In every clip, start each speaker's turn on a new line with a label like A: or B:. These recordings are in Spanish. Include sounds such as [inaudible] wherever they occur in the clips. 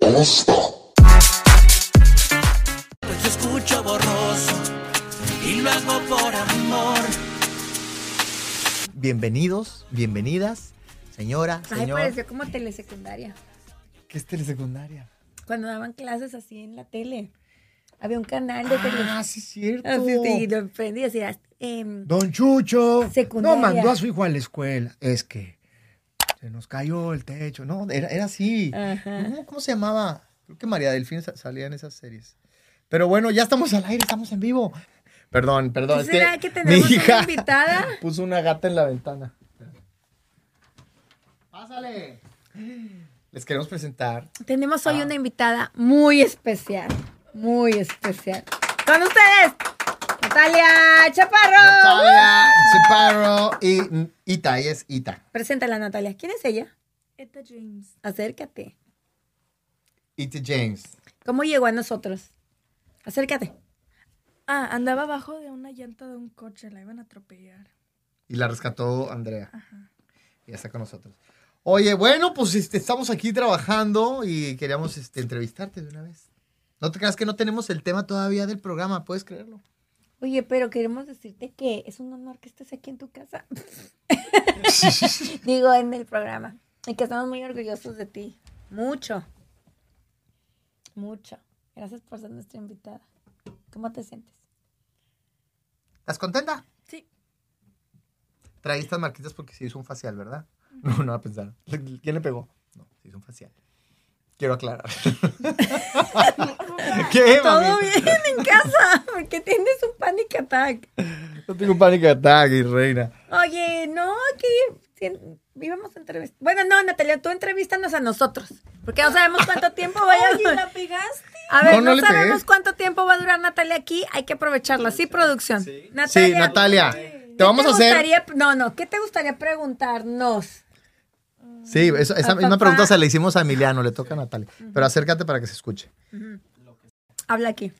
A: gusta.
B: Pues te escucho borroso y lo hago por amor.
C: Bienvenidos, bienvenidas, señora,
D: Ay,
C: señor.
D: pareció como telesecundaria.
C: ¿Qué es telesecundaria?
D: Cuando daban clases así en la tele. Había un canal de
C: Ah,
D: televisión.
C: sí, es cierto.
D: Y lo prendí y decías, em,
C: Don Chucho
D: Secundaria.
C: no mandó a su hijo a la escuela. Es que se nos cayó el techo. No, era, era así.
D: Ajá.
C: ¿Cómo, cómo se llamaba? Creo que María Delfín sa- salía en esas series. Pero bueno, ya estamos al aire, estamos en vivo. Perdón, perdón.
D: ¿Qué
C: es
D: será Pues que
C: que
D: tenemos
C: mi
D: una
C: hija
D: invitada?
C: [laughs] puso una gata en la ventana. ¡Pásale! Les queremos presentar.
D: tenemos hoy
C: Ah.
D: una invitada muy especial. Muy especial. Con ustedes, Natalia Chaparro.
E: Ah,
C: Natalia Chaparro y mm, Ita, ella es Ita.
D: Preséntala, Natalia. ¿Quién es ella?
E: Eta James.
D: Acércate.
C: Ita James.
D: ¿Cómo llegó a nosotros? Acércate.
E: Ah, andaba abajo de una llanta de un coche, la iban a atropellar.
C: Y la rescató Andrea.
E: Ajá.
C: Y ya está con nosotros. Oye, bueno, pues este, estamos aquí trabajando y queríamos este, entrevistarte de una vez. No te creas que no tenemos el tema todavía del programa, puedes creerlo.
D: Oye, pero queremos decirte que es un honor que estés aquí en tu casa. [laughs] Digo, en el programa. Y que estamos muy orgullosos de ti. Mucho. Mucho. Gracias por ser nuestra invitada. ¿Cómo te sientes?
C: ¿Estás contenta?
E: Sí.
C: Traí estas marquitas porque se hizo un facial, ¿verdad? No, no va a pensar. ¿Quién le pegó? No, se hizo un facial. Quiero
E: [laughs]
C: aclarar. ¿Qué,
D: Todo
C: mami?
D: bien en casa, porque tienes un panic attack.
C: No tengo un pánico de ataque, reina.
D: Oye, no, que tien- íbamos a entrevistar. Bueno, no, Natalia, tú entrevístanos a nosotros, porque no sabemos cuánto tiempo vaya a durar.
E: pegaste?
D: A ver,
C: No, no
D: no,
C: le pegué.
D: sabemos cuánto tiempo va a durar Natalia aquí, hay que aprovecharlo. Sí, producción. Natalia,
C: Sí, Natalia,
D: ¿qué
C: te vamos a hacer...
D: gustaría- No, no, ¿qué te gustaría preguntarnos?
C: Sí, eso- esa
D: Al
C: misma
D: papá.
C: pregunta se la hicimos a Emiliano, le toca a Natalia. Pero acércate para que se escuche.
D: Habla aquí.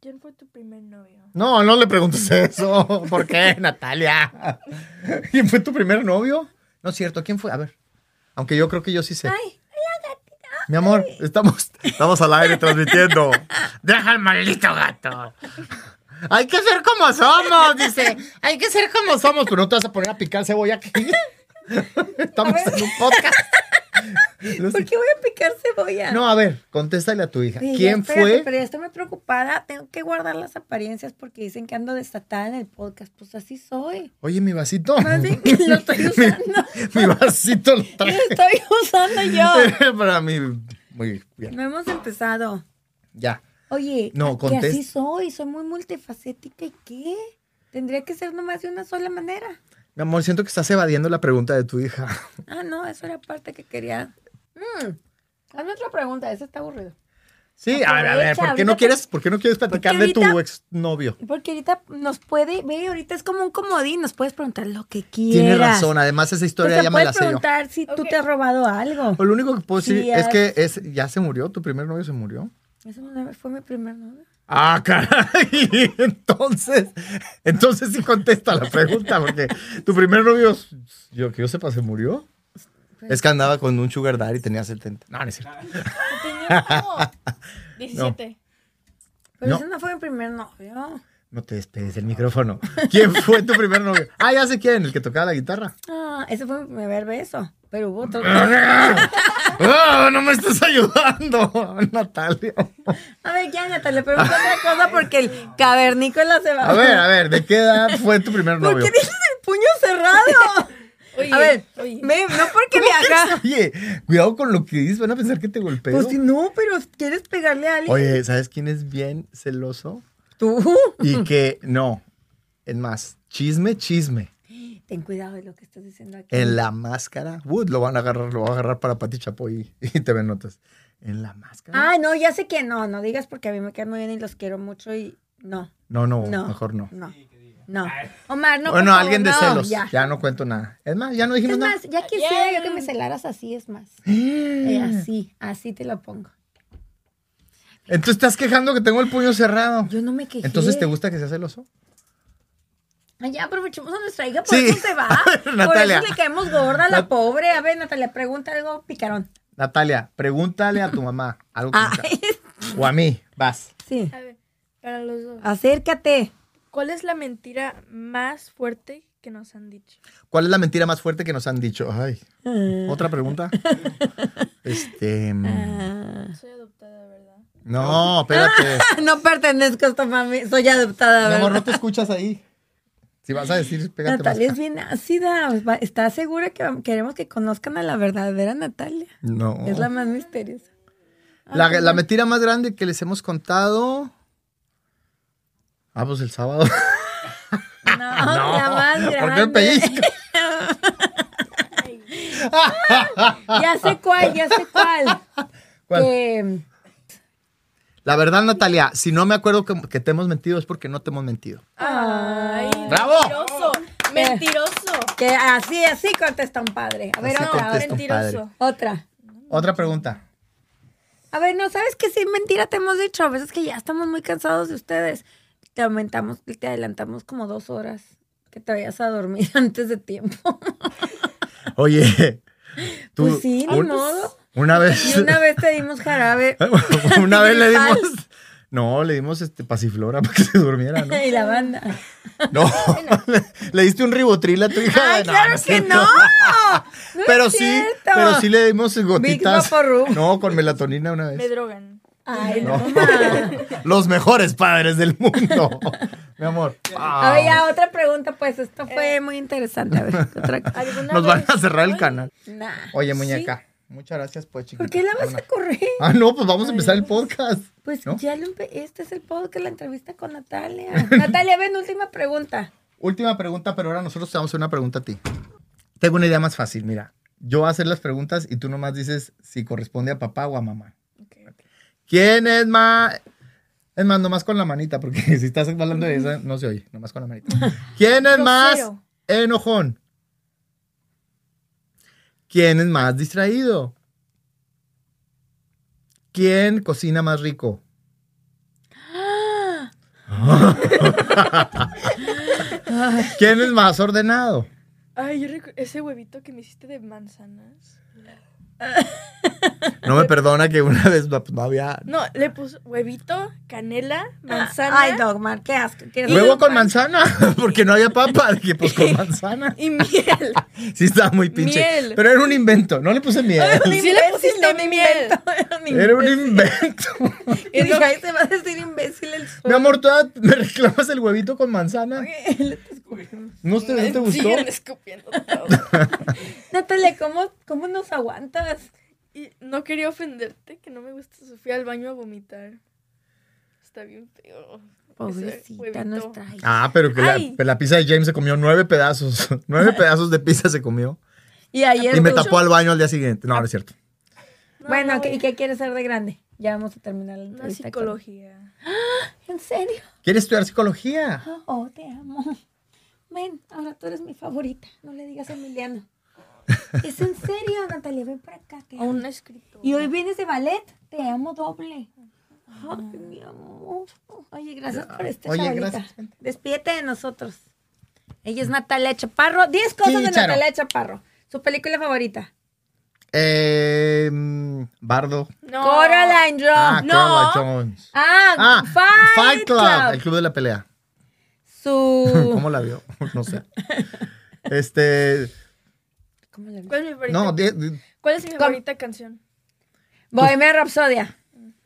E: ¿Quién fue tu primer novio?
C: No, no le preguntes eso. [laughs] ¿Por qué, Natalia? [laughs] ¿Quién fue tu primer novio? No es cierto, ¿quién fue? A ver. Aunque yo creo que yo sí sé.
D: Ay,
C: Mi amor, estamos, estamos al aire
D: [laughs]
C: transmitiendo. Deja al maldito gato. Hay que ser como somos, dice. Hay que ser como somos, pero no te vas a poner a picar cebolla
D: [laughs]
C: aquí. Estamos en un podcast. Lo
D: ¿por
C: sé.
D: qué voy a picar cebolla?
C: No, a ver, contéstale a tu hija.
D: Sí, ya,
C: ¿Quién
D: espérate,
C: fue?
D: Pero ya estoy muy preocupada, tengo que guardar las apariencias porque dicen que ando desatada en el podcast. Pues
C: [laughs]
D: así soy.
C: Oye, mi vasito.
D: Más bien que lo estoy usando.
C: [laughs] mi, mi vasito lo
D: Lo [laughs]
C: traje.
D: estoy
C: [laughs]
D: usando yo.
C: Para mí, muy bien.
D: No hemos empezado.
C: Ya.
D: Oye,
C: No,
D: que así
C: contesta.
D: soy, soy muy multifacética y qué? Tendría que ser nomás de una sola manera.
C: Mi amor, siento que estás evadiendo la pregunta de tu hija.
D: Ah, no, eso era parte que quería. Mm, Hazme otra pregunta, ese está aburrido.
C: Sí, a ver, a ver, ¿por qué
D: Aprovecha,
C: no
D: ahorita-
C: quieres, por qué no quieres platicar de tu
D: ahorita-
C: exnovio?
D: Porque ahorita nos puede, ve, ahorita es como un comodín, nos puedes preguntar lo que quieras.
C: Tienes razón, además esa
D: Tú
C: historia
D: te
C: ya me la sé
D: puedes
C: yo.
D: preguntar si tú te has robado algo.
C: Lo único que puedo decir
D: Sí,
C: es
D: ya.
C: que es, ya se murió, tu primer novio se murió.
D: Eso no fue mi primer novio.
C: Ah, caray. [laughs] Entonces, entonces sí contesta la pregunta, porque tu primer novio, yo que yo sepa, se murió. Es que andaba con un sugar daddy y tenía 70. No, no es cierto.
E: Tenía
C: [laughs]
E: como 17.
D: Pero
C: No.
D: ese no fue mi primer novio.
C: No te despedes del micrófono. ¿Quién fue tu primer novio? Ah, ya sé quién, el que tocaba la guitarra.
D: Ah, ese fue mi primer beso. Pero hubo otro.
C: ¡Ah, no me estás ayudando, Natalia.
D: A ver, ya, Natalia, pregunta otra cosa porque el cavernícola se va.
C: A ver, a ver, ¿de qué edad fue tu primer
D: ¿Por
C: novio?
D: qué dices el puño [laughs] cerrado? a ver, ve, no porque me haga.
C: Oye, cuidado con lo que dices, van a pensar que te golpeo.
D: Pues si no, pero quieres pegarle a alguien.
C: Oye, ¿sabes quién es bien celoso?
D: Tú. [laughs]
C: Y que no, es más, chisme, chisme.
D: Ten cuidado de lo que estás diciendo aquí.
C: En la máscara, Wood, lo van a agarrar, lo va a agarrar para Pati Chapoy y, [laughs] te ven notas. En la máscara.
D: Ah, no, ya sé que no, no digas porque a mí me quedan muy bien y los quiero mucho y no,
C: No, no,
D: no.
C: mejor no.
D: No. No. Omar, no. por
C: bueno,
D: favor,
C: alguien de
D: no,
C: celos. Ya.
D: Ya.
C: no cuento nada. Es más, ya no
D: Es
C: dijimos nada.
D: más, ya quisiera yo que me celaras así,
C: [gasps]
D: es más. Eh, así, así te lo pongo.
C: Entonces estás quejando que tengo el puño cerrado.
D: Yo no me quejé.
C: Entonces, ¿te gusta que sea celoso?
D: Ay, Ya aprovechemos a nuestra hija, por
C: Sí.
D: eso se va.
C: [laughs] A ver,
D: por
C: Natalia.
D: eso le caemos gorda a la
C: Nat-
D: pobre. A ver, Natalia, pregunta algo picarón.
C: Natalia, pregúntale a tu mamá algo que nunca-
D: Ay,
C: O a mí, vas.
D: [laughs] sí.
E: A ver, para los dos.
D: Acércate.
E: ¿Cuál es la mentira más fuerte que nos han dicho?
C: ¿Cuál es la mentira más fuerte que nos han dicho? Ay,
D: Ah.
C: ¿otra
D: [laughs]
C: pregunta? Este... mm,
D: Ah.
E: Soy adoptada, ¿verdad?
C: No, espérate.
D: [laughs] No pertenezco a esta familia. Soy adoptada,
C: Mi amor,
D: ¿verdad?
C: no te escuchas ahí. Si vas a decir, pégate más.
D: Natalia es bien ácida. Va- Está segura que va- queremos que conozcan a la verdadera Natalia.
C: No.
D: Es la Ah, más misteriosa.
C: La, la mentira más grande que les hemos contado. Ah, pues el sábado. [laughs]
D: No, la más grande.
C: Ah, ¿Por qué el pellizco?
D: [laughs] Ya sé cuál, ya sé cuál.
C: [laughs] ¿Cuál?
D: Que-
C: La verdad, Natalia, si no me acuerdo que, que te hemos mentido es porque no te hemos mentido.
E: ¡Ay!
C: ¡Bravo!
E: ¡Mentiroso! ¡Mentiroso!
D: que así, así contesta un padre. A ver,
C: Así
D: otra,
C: contesta un
E: mentiroso.
C: padre.
D: otra.
C: Otra pregunta.
D: A ver, no, ¿sabes qué? Sí, mentira te hemos dicho. A veces que ya estamos muy cansados de ustedes. Te aumentamos, te adelantamos como dos horas. Que te vayas a dormir [laughs] antes de tiempo.
C: Oye, tú.
D: [laughs] Pues sí, ni
C: un- [laughs]
D: modo.
C: Una
D: Y
C: vez.
D: una vez te dimos jarabe.
C: [laughs] una vez
D: [laughs]
C: le dimos.
D: antigripal.
C: No, le dimos este pasiflora para que se durmiera, ¿no?
D: Y la banda.
C: No. [laughs] le, le diste un ribotril a tu hija.
D: ¡Ay,
C: No,
D: claro
C: es
D: que
C: cierto.
D: no! No es
C: pero sí,
D: cierto.
C: pero sí le dimos gotitas.
D: Vaporub.
C: No, con melatonina una vez. [laughs]
E: Me drogan.
D: Ay,
C: No.
D: no. ma.
C: Los mejores padres del mundo. Mi amor. Ah,
D: A ver, ya otra pregunta, pues. Esto fue muy interesante. A ver, otra.
E: ¿Alguna
C: Nos van
E: vez-
D: pues,
C: a cerrar el
E: Ay,
C: canal.
D: Nah.
C: Oye, muñeca. Muchas gracias, pues, chiquita.
D: ¿Por qué la vas
C: Una-
D: a correr?
C: Ah, no, pues vamos a empezar el podcast.
D: Pues
C: Ah, ¿No?
D: ya lo empe- este es el podcast, la entrevista con Natalia. [laughs] Natalia, ven, última pregunta.
C: Última pregunta, pero ahora nosotros te vamos a hacer una pregunta a ti. Tengo una idea más fácil, mira. Yo voy a hacer las preguntas y tú nomás dices si corresponde a papá o a mamá. ¿Quién es más? Es más, nomás con la manita, porque [laughs] si estás hablando de esa, no se oye, nomás con la manita. [laughs] ¿Quién es más
E: Grosero.
C: enojón? ¿Quién es más distraído? ¿Quién cocina más rico? ¿Quién es más ordenado?
E: Ay, yo recu- ese huevito que me hiciste de manzanas.
C: No me perdona que una vez no, no había...
E: No, le puso huevito, canela, manzana.
D: Ay, Dogmar, qué asco. ¿Quieres-
C: Huevo con manzana, [laughs] porque no había papa. Dije, pues con manzana.
E: Y miel.
C: Sí, estaba muy pinche.
E: Miel.
C: Pero era un invento, no le puse miel.
D: Un
E: Sí le
D: imbécil,
E: pusiste
D: no me
E: miel.
D: invento, era un
C: Era un
D: imbécil.
C: invento.
D: [laughs] Y dije, "Ay, se va a decir imbécil el [laughs]
C: Mi amor, ¿tú me reclamas el huevito con manzana?
D: sol.
C: ¿No te, no te gustó?
E: Siguen escupiendo todo.
D: Natalia, ¿cómo, ¿cómo nos aguantas?
E: [laughs] Y no quería ofenderte, que no me gusta. Sofía al baño a vomitar. Está bien feo. Ese
D: Pobrecita
E: huevito.
D: nuestra hija.
C: Ah, pero que la,
D: Ay.
C: pero la pizza de James se comió nueve pedazos. [laughs] Nueve
D: [laughs]
C: pedazos de pizza se comió.
D: Y ayer.
C: Y me
D: mucho-
C: tapó al baño al día siguiente. No, no es cierto.
D: Bueno, ¿qué- ¿y qué quieres ser de grande? Ya vamos a terminar la
E: Una
D: entrevista. con-
E: psicología.
D: ¿En serio?
C: ¿Quieres estudiar psicología?
D: Oh, te amo. Ven, ahora tú eres mi favorita. No le digas a Emiliano. Es en serio, Natalia, ven para acá. Te
E: O
D: amo.
E: una escritora.
D: Y hoy vienes de ballet. Te amo doble. Ay, mi amor. Oye, gracias por este
C: Oye,
D: chavalita.
C: gracias.
D: Despídete de nosotros. Ella es Natalia Chaparro. Diez cosas de
C: Chícharo.
D: Natalia Chaparro. Su película favorita.
C: Eh, mm, Bardo.
E: No.
D: Coraline Draw.
C: Ah,
D: no.
C: Carla Jones.
D: Ah,
C: Ah,
D: Fight, Club. Uh.
C: el club de la pelea.
D: Su...
C: ¿Cómo la vio? [laughs] No sé.
D: [laughs]
C: Este,
D: ¿Cómo le-
E: ¿Cuál es mi favorita?
C: no, de- de-
E: ¿Cuál es mi favorita canción?
D: Bohemia Rapsodia.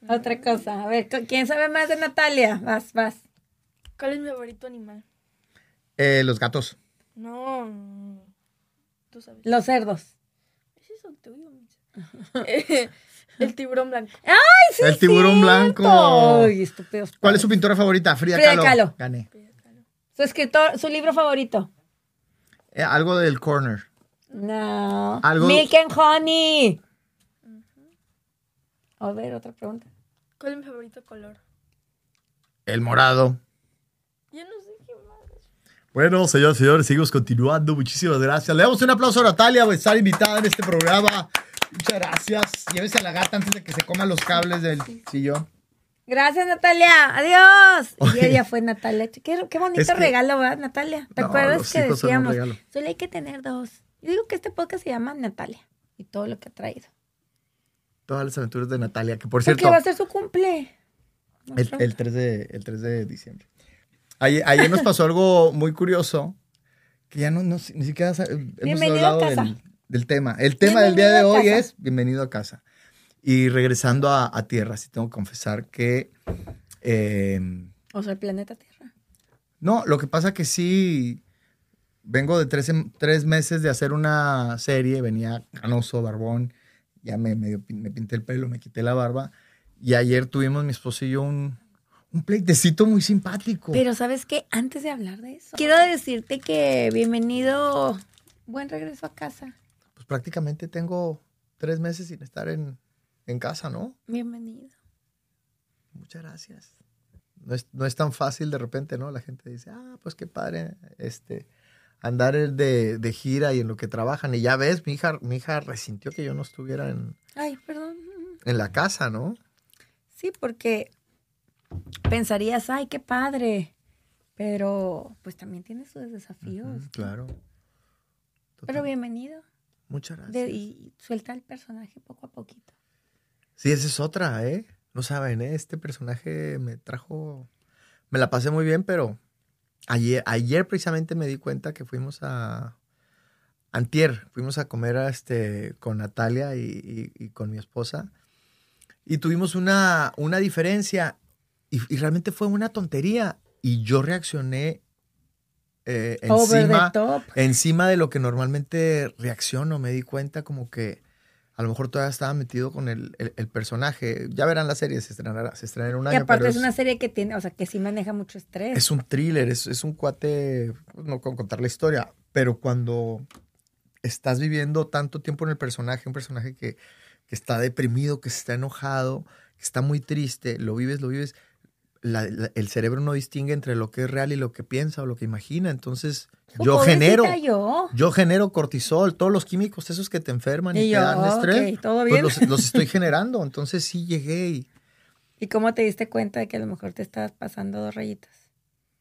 D: Otra cosa. A ver, ¿con- ¿quién sabe más de Natalia? Vas, vas.
E: ¿Cuál es mi favorito animal?
C: eh, los gatos.
E: No. Tú sabes.
D: Los cerdos.
E: Ese es el tuyo, Mitch. Eh, El tiburón blanco.
D: ¡Ay, sí!
C: El
D: es
C: tiburón
D: cierto!
C: blanco.
D: ¡Ay, estúpidos!
C: ¿Cuál es su pintora favorita? Frida,
D: Frida
C: Kahlo.
D: Kahlo.
C: Gané.
D: Su escritor, su libro favorito.
C: Eh, algo del corner.
D: No.
C: Algo-
D: Milk and Honey. A ver, otra pregunta.
E: ¿Cuál es mi favorito color?
C: El morado.
E: Yo no sé qué más.
C: Bueno, señores, señores, seguimos continuando. Muchísimas gracias. Le damos un aplauso a Natalia por estar invitada en este programa. Muchas gracias. Llévese a la gata antes de que se coman los cables del sillón.
D: Gracias, Natalia. Adiós. Y
C: Oye.
D: ella fue Natalia. Qué, qué bonito
C: Es que-
D: regalo, ¿verdad, Natalia? ¿Te
C: No,
D: acuerdas
C: los
D: que
C: hijos son un
D: decíamos?
C: regalo.
D: Solo hay que tener dos. Yo digo que este podcast se llama Natalia y todo lo que ha traído.
C: Todas las aventuras de Natalia, que por
D: Porque
C: cierto,
D: va a ser su cumple.
C: el, el 3, de, el 3 de diciembre. Ayer, ayer nos pasó algo muy curioso, que ya no, no- ni siquiera sa- hemos
D: Bienvenido a
C: hablado
D: casa.
C: del, del tema. El tema del día de
D: Bienvenido a
C: hoy
D: casa.
C: es bienvenido a casa. Y regresando a, a tierra, sí tengo que confesar que... em,
D: O sea, el planeta Tierra.
C: No, lo que pasa que sí, vengo de tres, em- tres meses de hacer una serie, venía canoso, barbón, ya me, medio pin- me pinté el pelo, me quité la barba, y ayer tuvimos mi esposo y yo un, un pleitecito muy simpático.
D: Pero ¿sabes qué? Antes de hablar de eso, quiero decirte que bienvenido, buen regreso a casa.
C: Pues prácticamente tengo tres meses sin estar en, en casa, ¿no?
D: Bienvenido.
C: Muchas gracias. No es, no es tan fácil de repente, ¿no? La gente dice, ah, pues qué padre, este, andar el de, de gira y en lo que trabajan. Y ya ves, mi hija, mi hija resintió que yo no estuviera en,
D: Ay, perdón.
C: en la casa, ¿no?
D: Sí, porque pensarías, ay, qué padre. Pero pues también tiene sus desafíos.
C: Ujú, claro.
D: Pero
C: Total.
D: bienvenido.
C: Muchas gracias.
D: De- y suelta el personaje poco a poquito.
C: Sí, esa es otra, ¿eh? No saben, ¿eh? Este personaje me trajo... Me la pasé muy bien, pero ayer, ayer precisamente me di cuenta que fuimos a... Antier, fuimos a comer a este, con Natalia y, y- y con mi esposa. Y tuvimos una, una diferencia. Y, y realmente fue una tontería. Y yo reaccioné eh,
D: Over
C: encima...
D: the top.
C: encima de lo que normalmente reacciono, me di cuenta como que a lo mejor todavía estaba metido con el, el- el personaje. Ya verán la serie, se estrenará, se estrenará en un
D: Y
C: año.
D: aparte
C: pero
D: es una serie que tiene, o sea, que sí maneja mucho estrés.
C: es un thriller, es, es un cuate, pues, no con contar la historia, pero cuando estás viviendo tanto tiempo en el personaje, un personaje que, que está deprimido, que está enojado, que está muy triste, lo vives, lo vives, la- la- el cerebro no distingue entre lo que es real y lo que piensa o lo que imagina, entonces
D: Oh,
C: yo
D: pobrecita
C: genero...
D: yo.
C: Yo genero cortisol, todos los químicos esos que te enferman y,
D: Y
C: te
D: yo,
C: dan estrés,
D: ok, todo
C: pues
D: bien.
C: los, los estoy generando. Entonces sí llegué y
D: ¿Y cómo te diste cuenta de que a lo mejor te estabas pasando dos rayitas?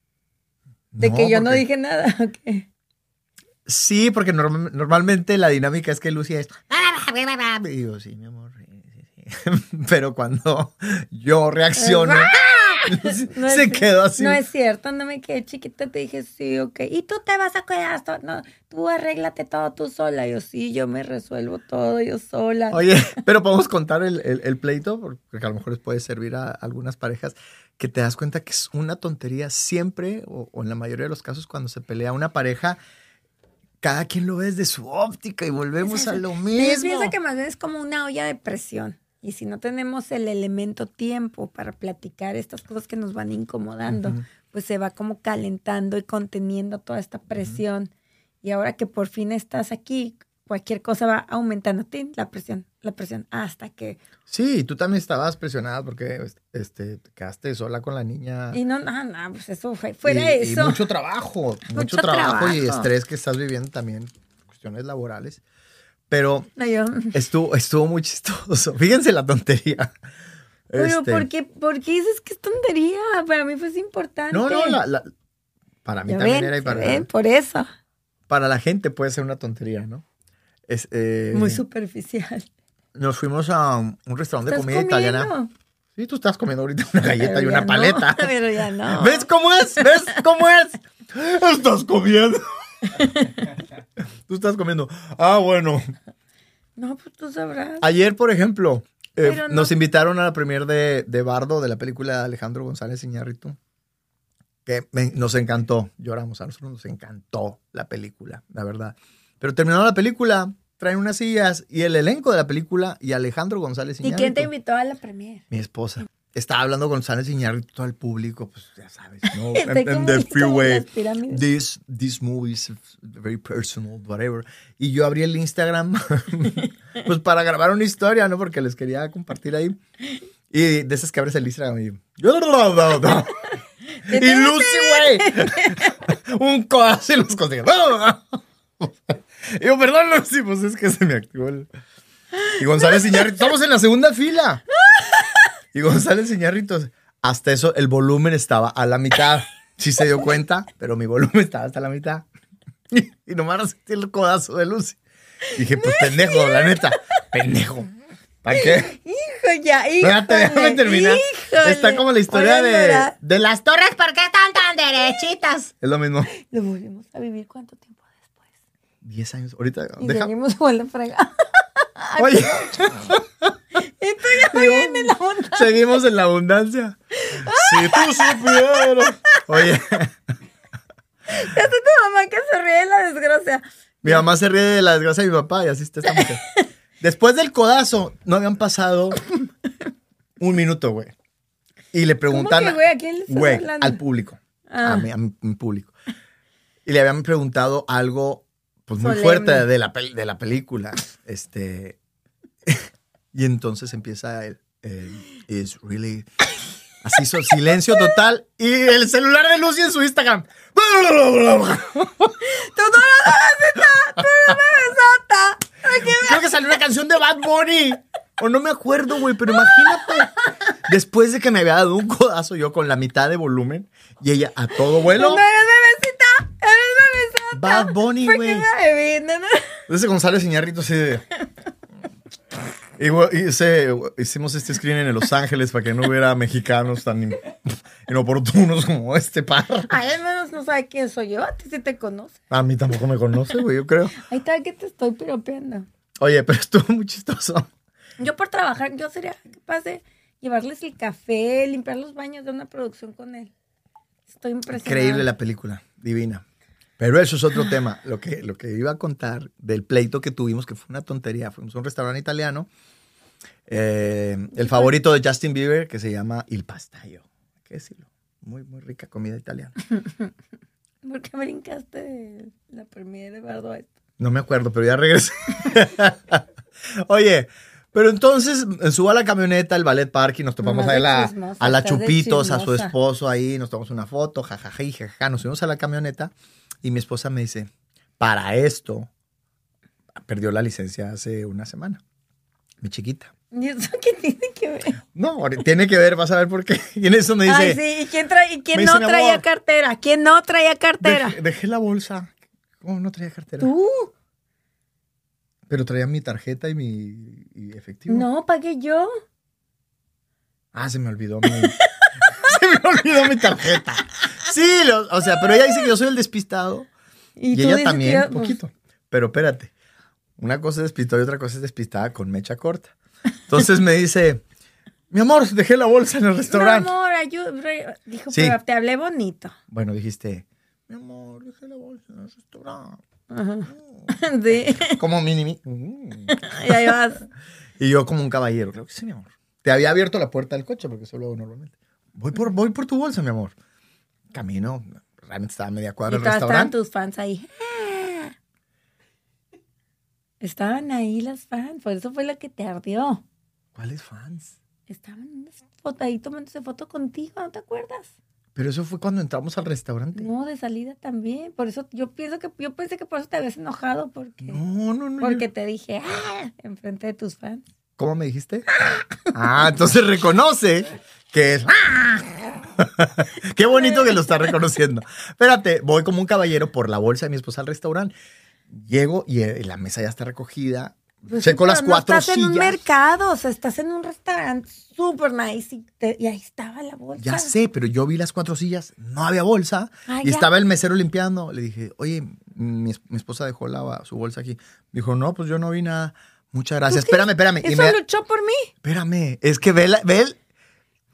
D: [laughs] De que yo no
C: porque-
D: dije nada. [laughs] ok.
C: Sí, porque norm- normalmente la dinámica es que Lucy es. "Ah, Y digo, sí, mi amor. sí, sí, sí". [laughs] Pero cuando yo reacciono, [laughs]
D: No
C: se
D: es-
C: quedó así.
D: No es cierto, no me quedé chiquita, te dije, sí, ok. Y tú te vas a cuidar, so- no, tú arréglate todo tú sola. Yo sí, yo me resuelvo todo yo sola.
C: Oye, [laughs] pero podemos contar el, el- el pleito, porque a lo mejor les puede servir a algunas parejas que te das cuenta que es una tontería siempre, o, o en la mayoría de los casos, cuando se pelea una pareja, cada quien lo ve desde su óptica y volvemos a lo
D: Ellos
C: mismo.
D: piensan que más bien es como una olla de presión. Y si no tenemos el elemento tiempo para platicar estas cosas que nos van incomodando,
C: Ujú.
D: pues se va como calentando y conteniendo toda esta presión. Y ahora que por fin estás aquí, cualquier cosa va aumentando tin, la presión, la presión, hasta que...
C: Sí, tú también estabas presionada porque este, te quedaste sola con la niña.
D: Y no, no, no, pues eso fue fuera
C: Ah. Y- y
D: eso.
C: mucho trabajo, mucho,
D: Mucho
C: trabajo, y
D: trabajo.
C: estrés que estás viviendo también, cuestiones laborales. Pero
D: [laughs] No, yo...
C: estuvo, estuvo muy chistoso. [laughs] Fíjense la tontería.
D: Pero
C: Este,
D: ¿por, qué, ¿por qué dices que es tontería? Para mí fue importante.
C: No, no, la- la- para mí
D: Ya
C: también
D: ven,
C: era y
D: ya
C: para,
D: ven, por eso.
C: para la gente puede ser una tontería, ¿no? Es, eh,
D: Muy superficial.
C: nos fuimos a un un restaurante de
D: ¿Estás
C: comida italiana.
D: comiendo?
C: Sí, tú estás comiendo ahorita una galleta
D: Pero
C: y
D: ya
C: una
D: [laughs] no,
C: paleta.
D: pero ya no.
C: ¿Ves cómo es? ¿Ves cómo es? [laughs] Estás comiendo. [laughs] tú estás comiendo. Ah, bueno.
D: No, pues tú sabrás.
C: Ayer, por ejemplo, eh,
D: Pero no-
C: nos invitaron a la premier de, de Bardo, de la película de Alejandro González Iñárritu, que me- nos encantó. Lloramos, a nosotros nos encantó la película, la verdad. Pero terminó la película, traen unas sillas y el elenco de la película y Alejandro González
D: ¿Y
C: Iñárritu.
D: quién te invitó a la premier?
C: Mi esposa. Estaba hablando González Iñárritu, todo el público, pues ya sabes,
D: [laughs]
C: ¿no?
D: Estoy
C: En- en
D: como-
C: the
D: como
C: freeway.
D: las pirámides.
C: This, this movie is very personal, whatever. Y yo abrí el Instagram, [laughs] pues para grabar una historia, ¿no? Porque les quería compartir ahí. Y de esas que abres el Instagram y... [laughs] y Lucy, güey. Un codazo y los costillas. Y yo, perdón, Lucy, pues es que se me activó el... Y González Iñárritu, estamos en la segunda fila. Y González Iñárritu, hasta eso, el volumen estaba a la mitad. Sí se dio cuenta, pero mi volumen estaba hasta la mitad. Y, y nomás sentí el codazo de Lucy. Dije, pues pendejo, la neta, pendejo. Pa- ¿Para qué?
D: Hijo, ya, hijo.
C: Espérate, déjame terminar. Está como la historia de, de las torres, ¿por qué están tan derechitas? Es lo mismo.
D: Lo volvimos a vivir cuánto tiempo después.
C: 10 años. Ahorita,
D: Y
C: deja.
D: seguimos con la fregada.
C: [laughs] Oye,
D: Esto ya voy en la onda.
C: seguimos en la
D: [laughs]
C: abundancia. Si tú supieras. Oye,
D: Ya está tu mamá que se ríe de la desgracia.
C: mi mamá se ríe de la desgracia de mi papá y así está esta mujer. Después del codazo, no habían pasado un minuto, güey. Y le preguntan.
D: que, güey? ¿A quién le [laughs] estás
C: Güey,
D: hablando?
C: al público.
D: Ah.
C: A, mi, a mi- mi público. Y le habían preguntado algo pues, muy
D: Solemne.
C: fuerte de la, pel- de la película. Este. [laughs] y entonces empieza el. el, It's really. Así, so- silencio total. Y el celular de Lucy en su Instagram.
D: ¡Tú no la besita! ¡Tú no la besota! Ay, qué-
C: Creo que salió una canción de Bad Bunny. O no me acuerdo, güey, pero imagínate. Después de que me había dado un codazo yo con la mitad de volumen y ella a todo vuelo.
D: ¡No eres bebecita! ¡Eres bebesota!
C: Bad Bunny,
D: ¿Por
C: güey.
D: qué me bebí? No, no.
C: Entonces González Iñarrito así [laughs] de... Y, güey, hice- hicimos este screen en Los Ángeles para que no hubiera mexicanos tan in- inoportunos como este par.
D: Ay, al menos no sabe quién soy yo. A ti sí te conoce.
C: A mí tampoco me conoce, güey, yo creo.
D: Ahí está que te estoy piropeando.
C: Oye, pero estuvo muy chistoso.
D: Yo por trabajar, yo sería capaz de llevarles el café, limpiar los baños de una producción con él. Estoy impresionada.
C: Increíble la película, divina. Pero eso es otro tema. Lo que, lo que iba a contar del pleito que tuvimos, que fue una tontería. Fuimos a un restaurante italiano, eh, el favorito de Justin Bieber, que se llama Il Pastayo. Hay que decirlo. Muy, muy rica comida italiana.
D: ¿Por qué brincaste de la premiere de Bardo a esto?
C: No me acuerdo, pero ya regresé. [laughs] Oye, pero entonces eh, subo a la camioneta, al ballet parking, nos topamos
D: Nomás
C: ahí a
D: de
C: la,
D: chismosa,
C: a la
D: estás de
C: Chupitos, a su
D: chismosa.
C: esposo ahí, nos tomamos una foto, jajaja, jajaja, nos subimos a la camioneta y mi esposa me dice, para esto, perdió la licencia hace una semana, mi chiquita.
D: ¿Y eso qué tiene que ver?
C: No, ahora tiene que ver, vas a ver por qué. [laughs] Y en eso me dice,
D: Ay, sí, ¿y quién, tra- y quién
C: me
D: no
C: dice, mi
D: traía
C: amor.
D: cartera? ¿Quién no traía cartera?
C: "Dejé- dejé la bolsa. ¿Cómo no traía cartera?
D: Tú.
C: Pero traía mi tarjeta y mi y efectivo.
D: No, pagué yo.
C: Ah, se me olvidó mi. [laughs] se me olvidó mi tarjeta. Sí, lo- o sea, pero ella dice que yo soy el despistado. Y,
D: tú
C: ella
D: dices que
C: también,
D: yo- pues,
C: un poquito. Pero espérate. Una cosa es despistada y otra cosa es despistada con mecha corta. Entonces me dice: Mi amor, dejé la bolsa en el
D: Mi
C: restaurante.
D: amor, ayu- re- dijo,
C: Sí.
D: pero te hablé bonito. [laughs]
C: Bueno, dijiste: Mi amor, dejé la bolsa en el restaurante.
D: Ajá. Sí, [laughs]
C: Como mini. mi- mm.
D: y ahí vas.
C: Y yo como un caballero, creo que sí, mi amor. Te había abierto la puerta del coche porque eso lo hago normalmente. Voy por, voy por tu bolsa, mi amor. Camino, realmente estaba a media
D: Y
C: cuadra del
D: todas estaban
C: restaurante.
D: tus fans ahí. ¡Ah! Estaban ahí las fans, por eso fue la que te ardió.
C: ¿Cuáles fans?
D: Estaban en unas foto- ahí tomándose foto contigo, ¿no te acuerdas?
C: Pero eso fue cuando entramos al restaurante.
D: No, de salida también. Por eso yo pienso que yo pensé que por eso te habías enojado porque
C: No, no, no.
D: porque
C: yo-
D: te dije ¡Ah! enfrente de tus fans.
C: ¿Cómo me dijiste? Ah, entonces reconoce que es... ¡ah! [laughs] Qué bonito que lo está reconociendo. Espérate, voy como un caballero por la bolsa de mi esposa al restaurante. Llego y eh, la mesa ya está recogida.
D: Pues sí,
C: Checo las
D: pero no
C: cuatro
D: estás en un
C: sillas.
D: mercado, o sea, estás en un restaurante super nice y, te- y ahí estaba la bolsa.
C: Ya sé, pero yo vi las cuatro sillas, no había bolsa
D: Ah,
C: y
D: ya.
C: estaba el mesero limpiando. Le dije, oye, mi, es- mi esposa dejó la, su bolsa aquí. Dijo, no, pues yo no vi nada. Muchas gracias.
D: ¿Tú crees?
C: Espérame, espérame. Y
D: Eso
C: me-
D: luchó por mí.
C: Espérame, es que ve, la- ve el-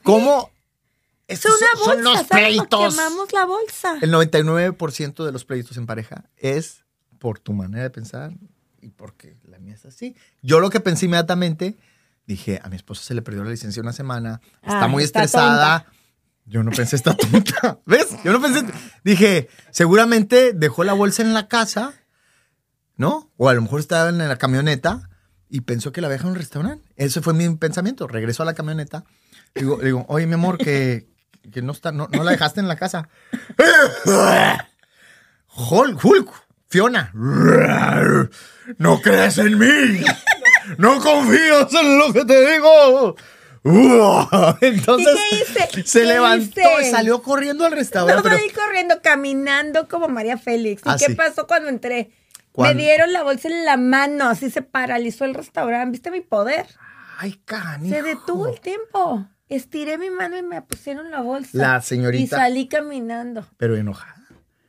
C: cómo...
D: Es
C: Estos
D: una
C: son-
D: bolsa,
C: son los
D: ¿sabes lo que
C: pleitos.
D: amamos la bolsa.
C: El 99% de los pleitos en pareja es por tu manera de pensar y porque la mía es así. Yo lo que pensé inmediatamente, dije, a mi esposa se le perdió la licencia una semana, está
D: Ay,
C: muy
D: está
C: estresada. Yo no pensé esta tonta, [laughs] ¿ves? Yo no pensé, dije, seguramente dejó la bolsa en la casa, ¿no? O a lo mejor estaba en la camioneta y pensó que la había dejado en un restaurante. Ese fue mi pensamiento. Regresó a la camioneta. Digo, le digo oye, mi amor, que, que no, está, no, no la dejaste en la casa. Hulk, Hulk, Fiona. No crees en mí. No confías en lo que te digo. Entonces
D: ¿Y qué hice?
C: se
D: ¿Qué
C: levantó y
D: hice?
C: salió corriendo al restaurante.
D: No
C: pero-
D: salí corriendo, caminando como María Félix. ¿Y
C: Ah,
D: qué
C: sí.
D: pasó cuando entré?
C: ¿Cuándo?
D: Me dieron la bolsa en la mano, así se paralizó el restaurante. ¿Viste mi poder?
C: Ay, canijo.
D: Se detuvo el tiempo. Estiré mi mano y me pusieron la bolsa.
C: La
D: Y
C: señorita,
D: salí caminando.
C: pero enojada.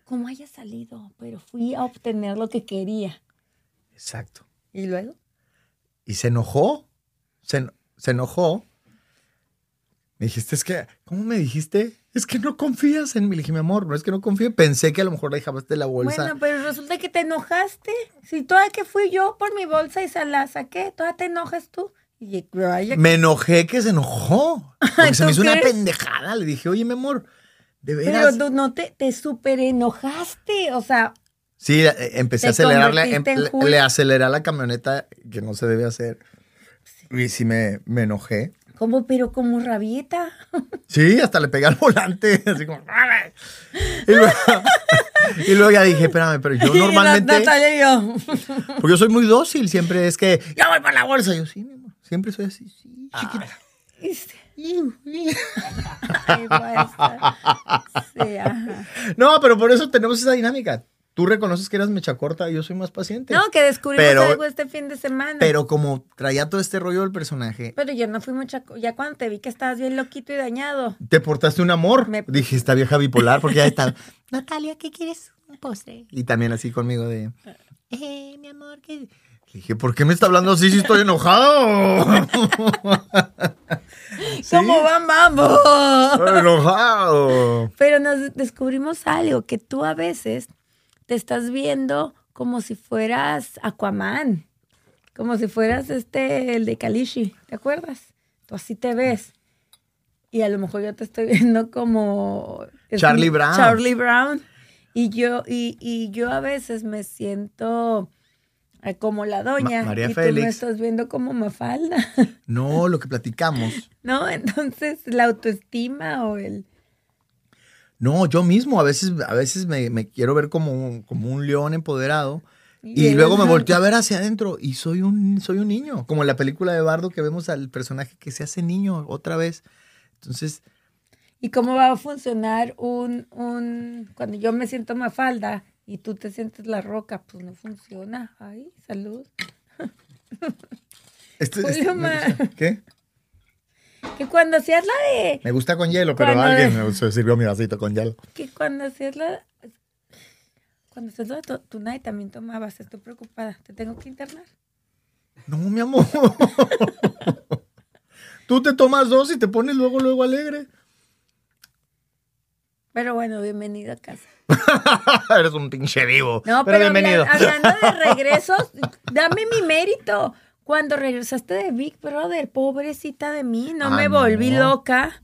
D: Como haya salido, pero fui a obtener lo que quería.
C: Exacto.
D: ¿Y luego?
C: Y se enojó. Se, en- se enojó. Me dijiste, es que, ¿cómo me dijiste? Es que no confías en mí. Le dije, mi amor, no es que no confío. Pensé que a lo mejor le dejaste la bolsa.
D: Bueno, pero resulta que te enojaste. Si toda que fui yo por mi bolsa y se la saqué, toda te enojas tú. Y yo, ay, ya-
C: Me enojé que se
D: [laughs]
C: enojó. Porque se me
D: ¿Tú
C: hizo una
D: crees?
C: pendejada. Le dije, oye, mi amor, de veras.
D: pero tú no te, te super enojaste. O sea,
C: Sí, eh, empecé
D: Te
C: a acelerarle,
D: convertiste en
C: le,
D: Hulk.
C: le aceleré a la camioneta que no se debe hacer. Y sí me, me enojé.
D: como, pero como rabieta.
C: Sí, hasta le pegué al volante, [laughs] así como... "Arre". Y luego, [laughs] y luego ya dije, espérame, pero yo
D: [laughs] [laughs] Y la-
C: normalmente...
D: Natalia y
C: [laughs]
D: yo.
C: Porque yo soy muy dócil, siempre es que... Ya voy para la bolsa. Yo, sí, mi amor, siempre soy así, sí, chiquita.
D: Y se-
C: Iu, iu.
D: Este. Ay, basta. Sí, ajá.
C: No, pero por eso tenemos esa dinámica. Tú reconoces que eras mecha corta, yo soy más paciente.
D: No, que descubrimos
C: Pero-
D: algo este fin de semana.
C: Pero como traía todo este rollo del personaje,
D: Pero yo no fui mucha. co- Ya cuando te vi que estabas bien loquito y dañado.
C: te portaste un amor.
D: Me-
C: Dije, esta vieja bipolar, porque ya está...
A: Natalia, ¿qué quieres? Un postre.
C: Y también así conmigo de...
A: Eh, mi amor, ¿qué?
C: Le Dije, ¿por qué me está hablando así si estoy enojado?
D: ¿Cómo van, vamos?
C: [laughs] Estoy enojado.
D: Pero nos descubrimos algo, que tú a veces te estás viendo como si fueras Aquaman, como si fueras este, el de Kalishi, ¿te acuerdas? Tú así te ves. Y a lo mejor yo te estoy [laughs] viendo como... es
C: Charlie
D: mi-
C: Brown.
D: Charlie Brown. Y yo, y, y yo a veces me siento eh, como la doña.
C: María
D: y tú
C: Félix.
D: me estás viendo como Mafalda. [laughs]
C: No, lo que platicamos.
D: ¿No? Entonces, la autoestima o el...
C: No, yo mismo a veces, a veces me, me quiero ver como un, como un león empoderado. Y
D: el-
C: luego me volteo a ver hacia adentro y soy un, soy un niño. Como en la película de Bardo que vemos al personaje que se hace niño otra vez. Entonces,
D: ¿Y cómo va a funcionar un, un cuando yo me siento mafalda y tú te sientes la roca? Pues no funciona. Ay, salud.
C: este-
D: Julio
C: este-
D: Ma-
C: me gusta. ¿qué?
D: Que cuando hacías la de,
C: Me gusta con hielo, pero
D: Eh, Cuando-
C: alguien se sirvió mi vasito con hielo.
D: que cuando hacías la, cuando hacías la to- Tunay también tomabas, estoy preocupada, te tengo que internar.
C: No, mi amor. Tú te tomas dos y te pones luego, luego alegre.
D: Pero bueno, bienvenido a casa.
C: [laughs] Eres un pinche vivo.
D: No, pero, habla- hablando de
C: [laughs]
D: regresos, dame mi mérito. Cuando regresaste de Big Brother, pobrecita de mí, no
C: Ah,
D: me volví
C: no.
D: loca.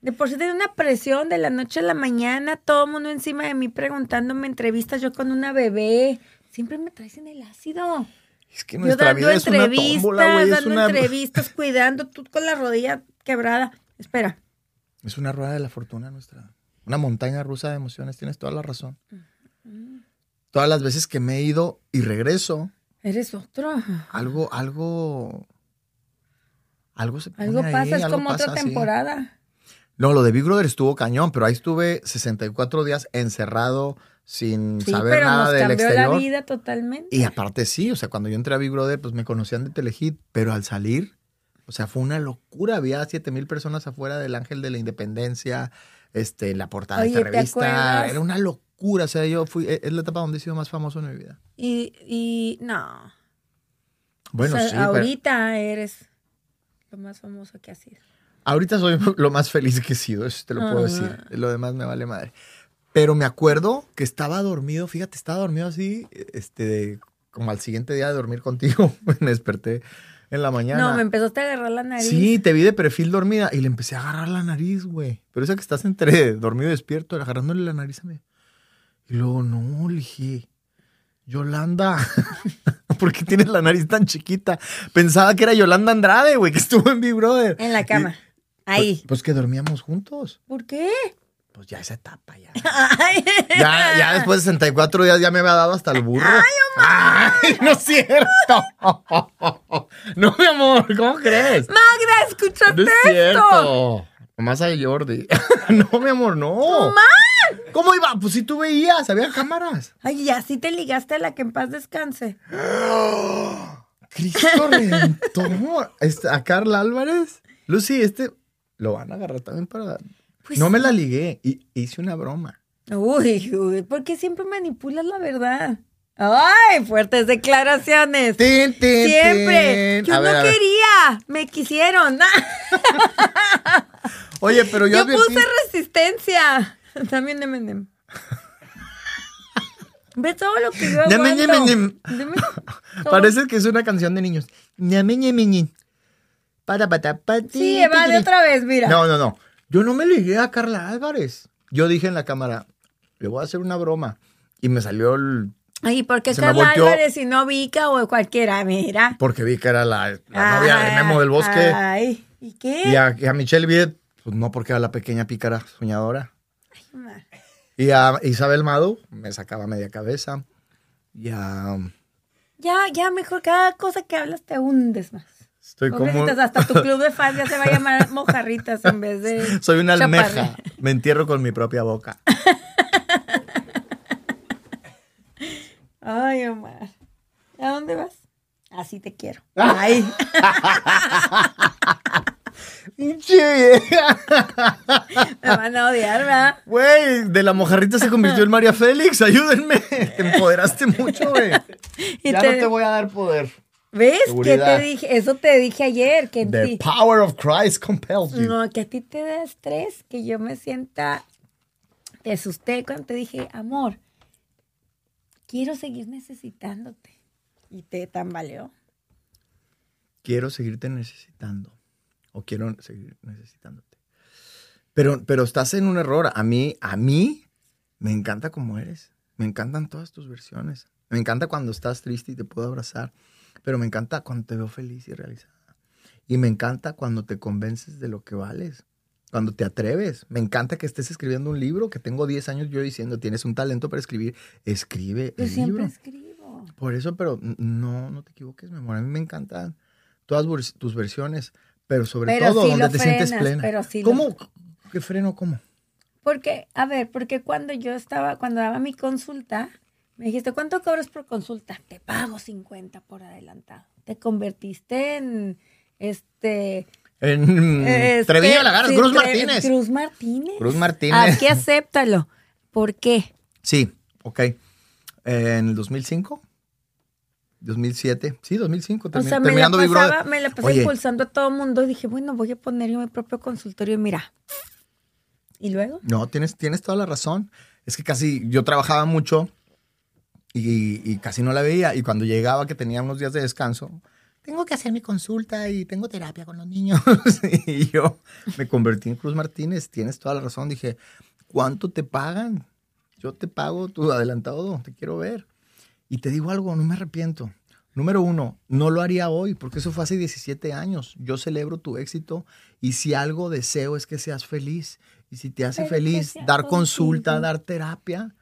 D: De por sí tenía una presión de la noche a la mañana, todo el mundo encima de mí preguntándome entrevistas, yo con una bebé. Siempre me traes en el ácido.
C: es que
D: Yo
C: nuestra
D: dando
C: vida es una
D: entrevistas,
C: tómbola, güey. Es
D: dando
C: una, [laughs]
D: entrevistas, cuidando, tú con la rodilla quebrada. Espera,
C: es una rueda de la fortuna nuestra. Una montaña rusa de emociones. Tienes toda la razón. Todas las veces que me he ido y regreso,
D: eres otro.
C: algo, algo... Algo se pone
D: Algo
C: ahí,
D: pasa, es
C: eh, algo
D: como otra
C: pasa, sí.
D: temporada.
C: No, lo de Big Brother estuvo cañón, pero ahí estuve 64 días encerrado sin
D: Sí,
C: saber
D: pero
C: nada
D: nos
C: del
D: cambió
C: exterior.
D: la vida totalmente.
C: Y aparte sí, o sea, cuando yo entré a Big Brother, pues me conocían de Telehit, pero al salir, o sea, fue una locura. Había 7 mil personas afuera del Ángel de la Independencia, este, la portada
D: Oye,
C: de
D: ¿te
C: esta revista.
D: acuerdas?
C: Era una locura, o sea, yo fui, e- es la etapa donde he sido más famoso en mi vida.
D: Y, y no.
C: Bueno,
D: O sea,
C: sí, pero-
D: ahorita eres lo más famoso que has sido.
C: ahorita soy [laughs] lo más feliz que he sido, eso te lo puedo
D: Ah.
C: decir. Lo demás me vale madre. Pero me acuerdo que estaba dormido, fíjate, estaba dormido así, este, como al siguiente día de dormir contigo, [laughs] me desperté en la mañana.
D: No, me empezaste a agarrar la nariz.
C: Sí, te vi de perfil dormida y le empecé a agarrar la nariz, güey. Pero esa que estás entre [laughs] dormido y despierto, agarrándole la nariz a mí. Y luego, no, le dije, Yolanda, [laughs] ¿por qué tienes la nariz tan chiquita? Pensaba que era Yolanda Andrade, güey, que estuvo en Big Brother.
D: En la cama.
C: Pues,
D: Ahí.
C: pues que dormíamos juntos.
D: ¿Por qué?
C: Pues ya esa etapa,
D: [laughs]
C: ya.
D: Ay.
C: Ya, ya después de 64 días ya me había dado hasta el burro. [laughs] ¡Ay, no es cierto! [laughs] No, mi amor, ¿cómo crees?
D: [laughs] Magda, escúchate
C: No es
D: esto.
C: cierto. Nomás a Jordi. [laughs] No, mi amor, no. ¿Cómo iba? Pues sí tú veías, había cámaras.
D: Ay, ya sí te ligaste a la que en paz descanse.
C: [laughs] Cristo Redentor. Este, a Carla Álvarez. Lucy, este lo van a agarrar también para.
D: Pues
C: no me la ligué. y- hice una broma.
D: Uy, uy, ¿por qué siempre manipulas la verdad? ¡Ay, fuertes declaraciones!
C: Tin, tin,
D: Siempre.
C: tin.
D: Yo
C: A ver,
D: no
C: a ver.
D: quería. Me quisieron. [laughs]
C: Oye, pero yo,
D: Yo
C: advertí-
D: puse resistencia. [laughs] También Eminem. [laughs] Ve todo lo que yo aguanto.
C: Deme, deme, deme.
D: Deme todo.
C: Parece que es una canción de niños. Ñame, ñame, ñe. Para, para, para,
D: [laughs] Sí,
C: ti,
D: vale,
C: ti,
D: otra vez, mira.
C: No, no, no. Yo no me ligué a Carla Álvarez. Yo dije en la cámara, le voy a hacer una broma. Y me salió el...
D: Ay, ¿por qué
C: Se me
D: Carla
C: volteó.
D: Álvarez y no Vika o cualquiera? Mira.
C: Porque vi que era la, la novia de
D: Ay,
C: Memo del Bosque.
D: Ay, ¿y qué?
C: Y a, y a Michelle Viet, pues no, porque era la pequeña pícara soñadora. Y a Isabel Madu, me sacaba media cabeza. Y a...
D: Ya, ya, mejor cada cosa que hablas te hundes más.
C: Estoy como...
D: Pobrecitas, hasta tu club de fans ya se va a llamar [laughs] mojarritas en vez de.
C: Soy una almeja.
D: Chaparra.
C: Me entierro con mi propia boca. [laughs]
D: Ay, Omar. ¿A dónde vas? Así te quiero.
C: Ah.
D: Ay. [laughs]
C: Pinche vieja.
D: Me van a odiar, ¿verdad?
C: Güey, de la mojarrita se convirtió en María Félix. Ayúdenme. [laughs] Te empoderaste mucho, güey.
D: Y
C: Ya
D: te-
C: no te voy a dar poder.
D: ¿Ves? ¿Qué
C: Seguridad.
D: te dije? Eso te dije ayer, que en
C: The
D: ti.
C: power of Christ compels you.
D: No, que a ti te da estrés, que yo me sienta. Te asusté cuando te dije, amor, quiero seguir necesitándote. Y te tambaleó.
C: Quiero seguirte necesitando. O quiero seguir necesitándote. Pero, pero estás en un error. A mí, a mí me encanta como eres. Me encantan todas tus versiones. Me encanta cuando estás triste y te puedo abrazar. Pero me encanta cuando te veo feliz y realizada. Y me encanta cuando te convences de lo que vales. Cuando te atreves. Me encanta que estés escribiendo un libro que tengo 10 años yo diciendo, tienes un talento para escribir. Escribe
D: Yo
C: el
D: siempre
C: libro.
D: escribo.
C: Por eso, pero n- no, no te equivoques, mi amor. A mí me encantan todas vers- tus versiones, pero sobre
D: Pero
C: todo
D: sí
C: donde
D: lo
C: te sientes
D: frenas,
C: plena.
D: pero sí lo-
C: ¿Cómo? ¿Qué freno? ¿Cómo?
D: Porque, a ver, porque cuando yo estaba, cuando daba mi consulta, me dijiste, ¿cuánto cobras por consulta? Te pago 50 por adelantado. Te convertiste en, este...
C: En
D: este-
C: Treviño Lagarde,
D: sí,
C: Cruz
D: Tre-
C: Martínez.
D: Cruz Martínez.
C: Cruz Martínez.
D: Aquí acéptalo. ¿Por qué?
C: Sí, ok. En el 2005, 2007, sí, 2005,
D: O
C: termi-
D: sea, me la,
C: terminando Big
D: pasaba,
C: Brother.
D: me la pasé
C: Oye,
D: impulsando a todo el mundo y dije, bueno, voy a poner yo mi propio consultorio, mira. Y luego,
C: No, tienes, tienes toda la razón. Es que casi yo trabajaba mucho y, y casi no la veía. Y cuando llegaba que tenía unos días de descanso, tengo que hacer mi consulta y tengo terapia con los niños. [laughs] y yo me convertí en Cruz Martínez. Tienes toda la razón. Dije, ¿cuánto te pagan? Yo te pago tu adelantado. Te quiero ver. Y te digo algo, no me arrepiento. Número uno, no lo haría hoy porque eso fue hace 17 años. Yo celebro tu éxito y si algo deseo es que seas feliz. Y si te hace
D: Pero que
C: feliz
D: sea
C: dar consulta,
D: contigo.
C: dar terapia,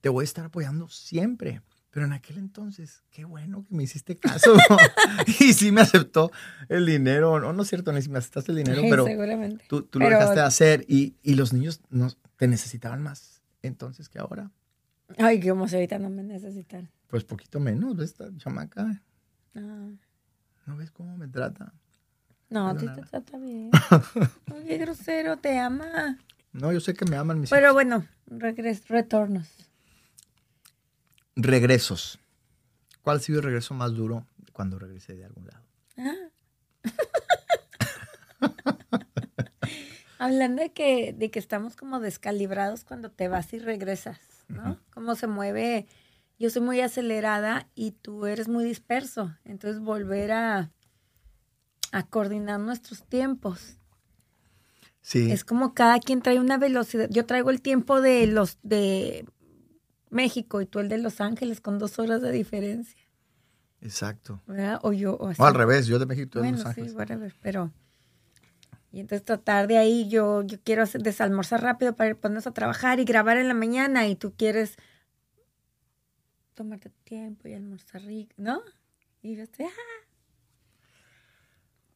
C: te voy a estar apoyando siempre. Pero en aquel entonces, qué bueno que me hiciste caso. [laughs] y sí me aceptó el dinero. No, no es cierto, ni si me aceptaste el
D: [laughs]
C: dinero, pero
D: seguramente.
C: tú, tú lo
D: Pero-
C: dejaste de hacer y, y los niños nos- te necesitaban más entonces que ahora.
D: Ay, que como si ahorita no me necesitan.
C: Pues poquito menos, ¿ves esta chamaca?
D: Ah.
C: ¿No ves cómo me trata?
D: No, a ti
C: Pero
D: te
C: [laughs]
D: trata bien. Oye, qué grosero, te ama.
C: No, yo sé que me aman mis
D: Pero bueno, regres, retornos.
C: regresos. ¿Cuál ha sido el regreso más duro cuando regresé de algún lado?
D: Hablando de que, de que estamos como descalibrados cuando te vas y regresas, ¿no? Cómo se mueve. Yo soy muy acelerada y tú eres muy disperso. Entonces, volver a, a coordinar nuestros tiempos.
C: Sí.
D: Es como cada quien trae una velocidad. Yo traigo el tiempo de los de México y tú el de Los Ángeles con dos horas de diferencia.
C: Exacto.
D: ¿verdad? O yo, o así.
C: O al revés, yo de México, tú de
D: Bueno,
C: Los
D: sí,
C: Ángeles.
D: whatever, pero. Y entonces tratar de ahí, yo, yo quiero hacer- desalmorzar rápido para ir- ponernos a trabajar y grabar en la mañana y tú quieres tomarte tu tiempo y almorzar rico, ¿no? Y yo estoy, ¡ah!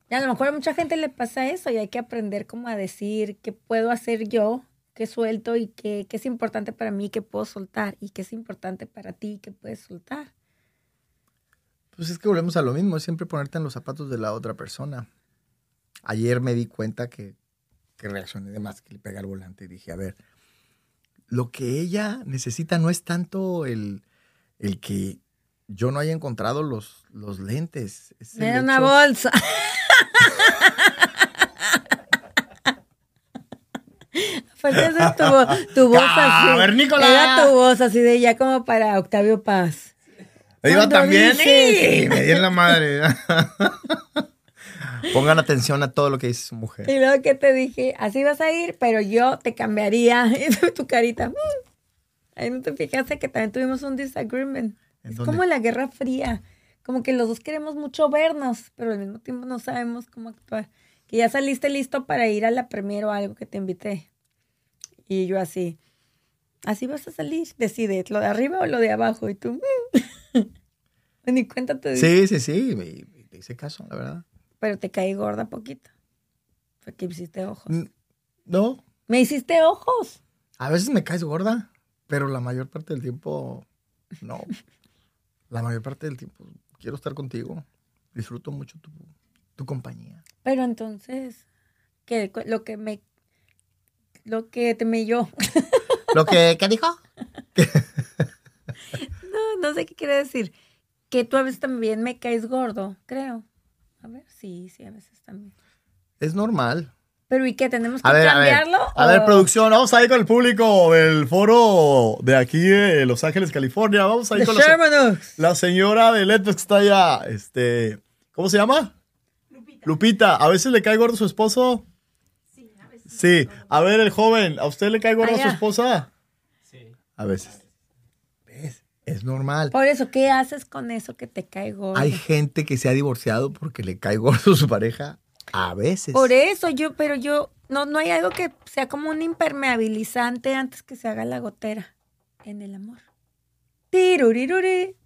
D: Y a lo mejor a mucha gente le pasa eso y hay que aprender como a decir qué puedo hacer yo, qué suelto y qué, qué es importante para mí, qué puedo soltar y qué es importante para ti, qué puedes soltar.
C: Pues es que volvemos a lo mismo, siempre ponerte en los zapatos de la otra persona. Ayer me di cuenta que, que reaccioné de más, que le pegué al volante y dije, a ver, lo que ella necesita no es tanto el, el que yo no haya encontrado los, los lentes. es el
D: Me da una
C: hecho-
D: bolsa. Aparte esa es tu, vo- tu voz así.
C: Cavernícola.
D: Era tu voz así de ya como para Octavio Paz.
C: Ahí va
D: Cuando
C: también.
D: dices-
C: ¡y! Me di en la madre. [laughs] Pongan atención a todo lo que dice su mujer.
D: Y luego que te dije, así vas a ir, pero yo te cambiaría [laughs] Y tu- tu carita. mm. Ahí no te fijaste que también tuvimos un disagreement.
C: ¿En
D: Es
C: dónde?
D: como la Guerra Fría. Como que los dos queremos mucho vernos, pero al mismo tiempo no sabemos cómo actuar. Que ya saliste listo para ir a la premier o algo que te invité. Y yo así, así vas a salir, decide, lo de arriba o lo de abajo. Y tú, mm. [laughs] ni cuenta te di.
C: Sí, sí, sí. Me, te hice caso, la verdad.
D: Pero te caí gorda poquito. Porque hiciste ojos.
C: Mm, No,
D: Me hiciste ojos.
C: a veces me caes gorda, pero la mayor parte del tiempo no. La mayor parte del tiempo quiero estar contigo. Disfruto mucho tu, tu compañía.
D: Pero entonces, ¿qué? Cu- Lo que me. Lo que temé yo. [laughs]
C: Lo que ¿qué dijo?
D: No, no sé qué quiere decir. Que tú a veces también me caes gordo, creo. A ver, sí, sí, a veces también.
C: Es normal.
D: Pero ¿y qué? ¿Tenemos que
C: A ver, a ver.
D: cambiarlo?
C: A ver,
D: o-
C: producción, vamos ahí con el público del foro de aquí de Los Ángeles, California. Vamos ahí
D: The
C: con la, se-
D: Sherman Oaks.
C: la señora de Let's que está allá. Este, ¿Cómo se llama? Lupita. Lupita, ¿a veces le cae gordo su esposo? Sí, a ver, el joven, ¿a usted le cae gordo su
D: Allá.
C: esposa? Sí. A veces. ¿Ves? Es normal.
D: Por eso, ¿qué haces con eso que te cae gordo?
C: Hay gente que se ha divorciado porque le cae gordo su pareja. A veces.
D: Por e- eso, yo, pero yo, no, no hay algo que sea como un impermeabilizante antes que se haga la gotera en el amor. Tiruriruri.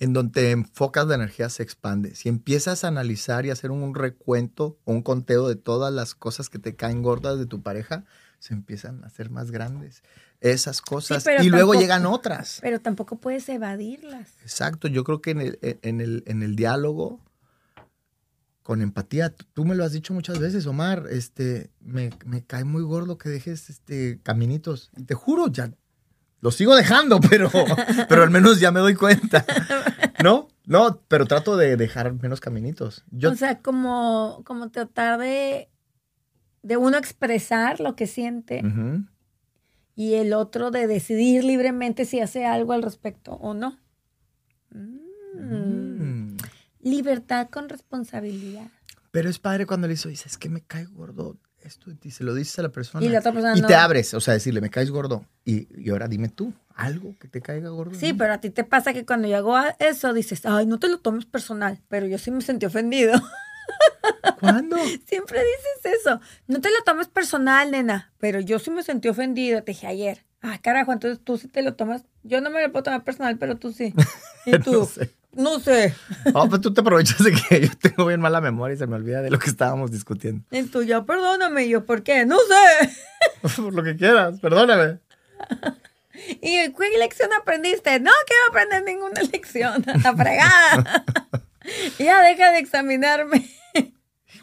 C: en donde te enfocas la energía se expande. Si empiezas a analizar y hacer un recuento o un conteo de todas las cosas que te caen gordas de tu pareja, se empiezan a hacer más grandes esas cosas
D: pero
C: y luego
D: tampoco-
C: llegan otras.
D: Pero tampoco puedes evadirlas.
C: Exacto, yo creo que en el, en el, en el diálogo con empatía, tú- tú me lo has dicho muchas veces, Omar, este, me, me cae muy gordo que dejes este, caminitos. Y te juro, ya lo sigo dejando, [laughs] pero, pero al menos ya me doy
D: [laughs]
C: cuenta. ¿No? No, pero trato de dejar menos caminitos. Yo,
D: O sea, como, como tratar de, de uno expresar lo que siente
C: Ujú.
D: y el otro de decidir libremente si hace algo al respecto o no. Mm.
C: Mm.
D: Libertad con responsabilidad.
C: Pero es padre cuando le dices, "Oye, es que me cae gordo esto, y se lo dices a la persona.
D: Y la otra persona
C: Y
D: no.
C: te abres, o sea, decirle, me caes gordo. Y, y ahora dime tú, algo que te caiga gordo.
D: Sí,
C: ¿no?
D: pero a ti te pasa que cuando yo hago a- eso dices, ay, no te lo tomes personal, pero yo sí me sentí ofendido. [laughs]
C: ¿Cuándo?
D: Siempre dices eso. No te lo tomes personal, nena, pero yo sí me sentí ofendida, te dije ayer. Ah, carajo, entonces tú sí te lo tomas. Yo no me lo puedo tomar personal, pero tú sí. Y [laughs] tú,
C: [laughs] No sé.
D: no sé.
C: Ah, pues tú te aprovechas de que [laughs] yo tengo bien mala memoria y se me olvida de lo que estábamos discutiendo. [laughs]
D: Y tú, ya perdóname, Y yo, ¿por qué? No sé.
C: Por lo que quieras, perdóname.
D: ¿Y qué lección aprendiste? No quiero aprender ninguna lección, a la fregada. ya deja de examinarme.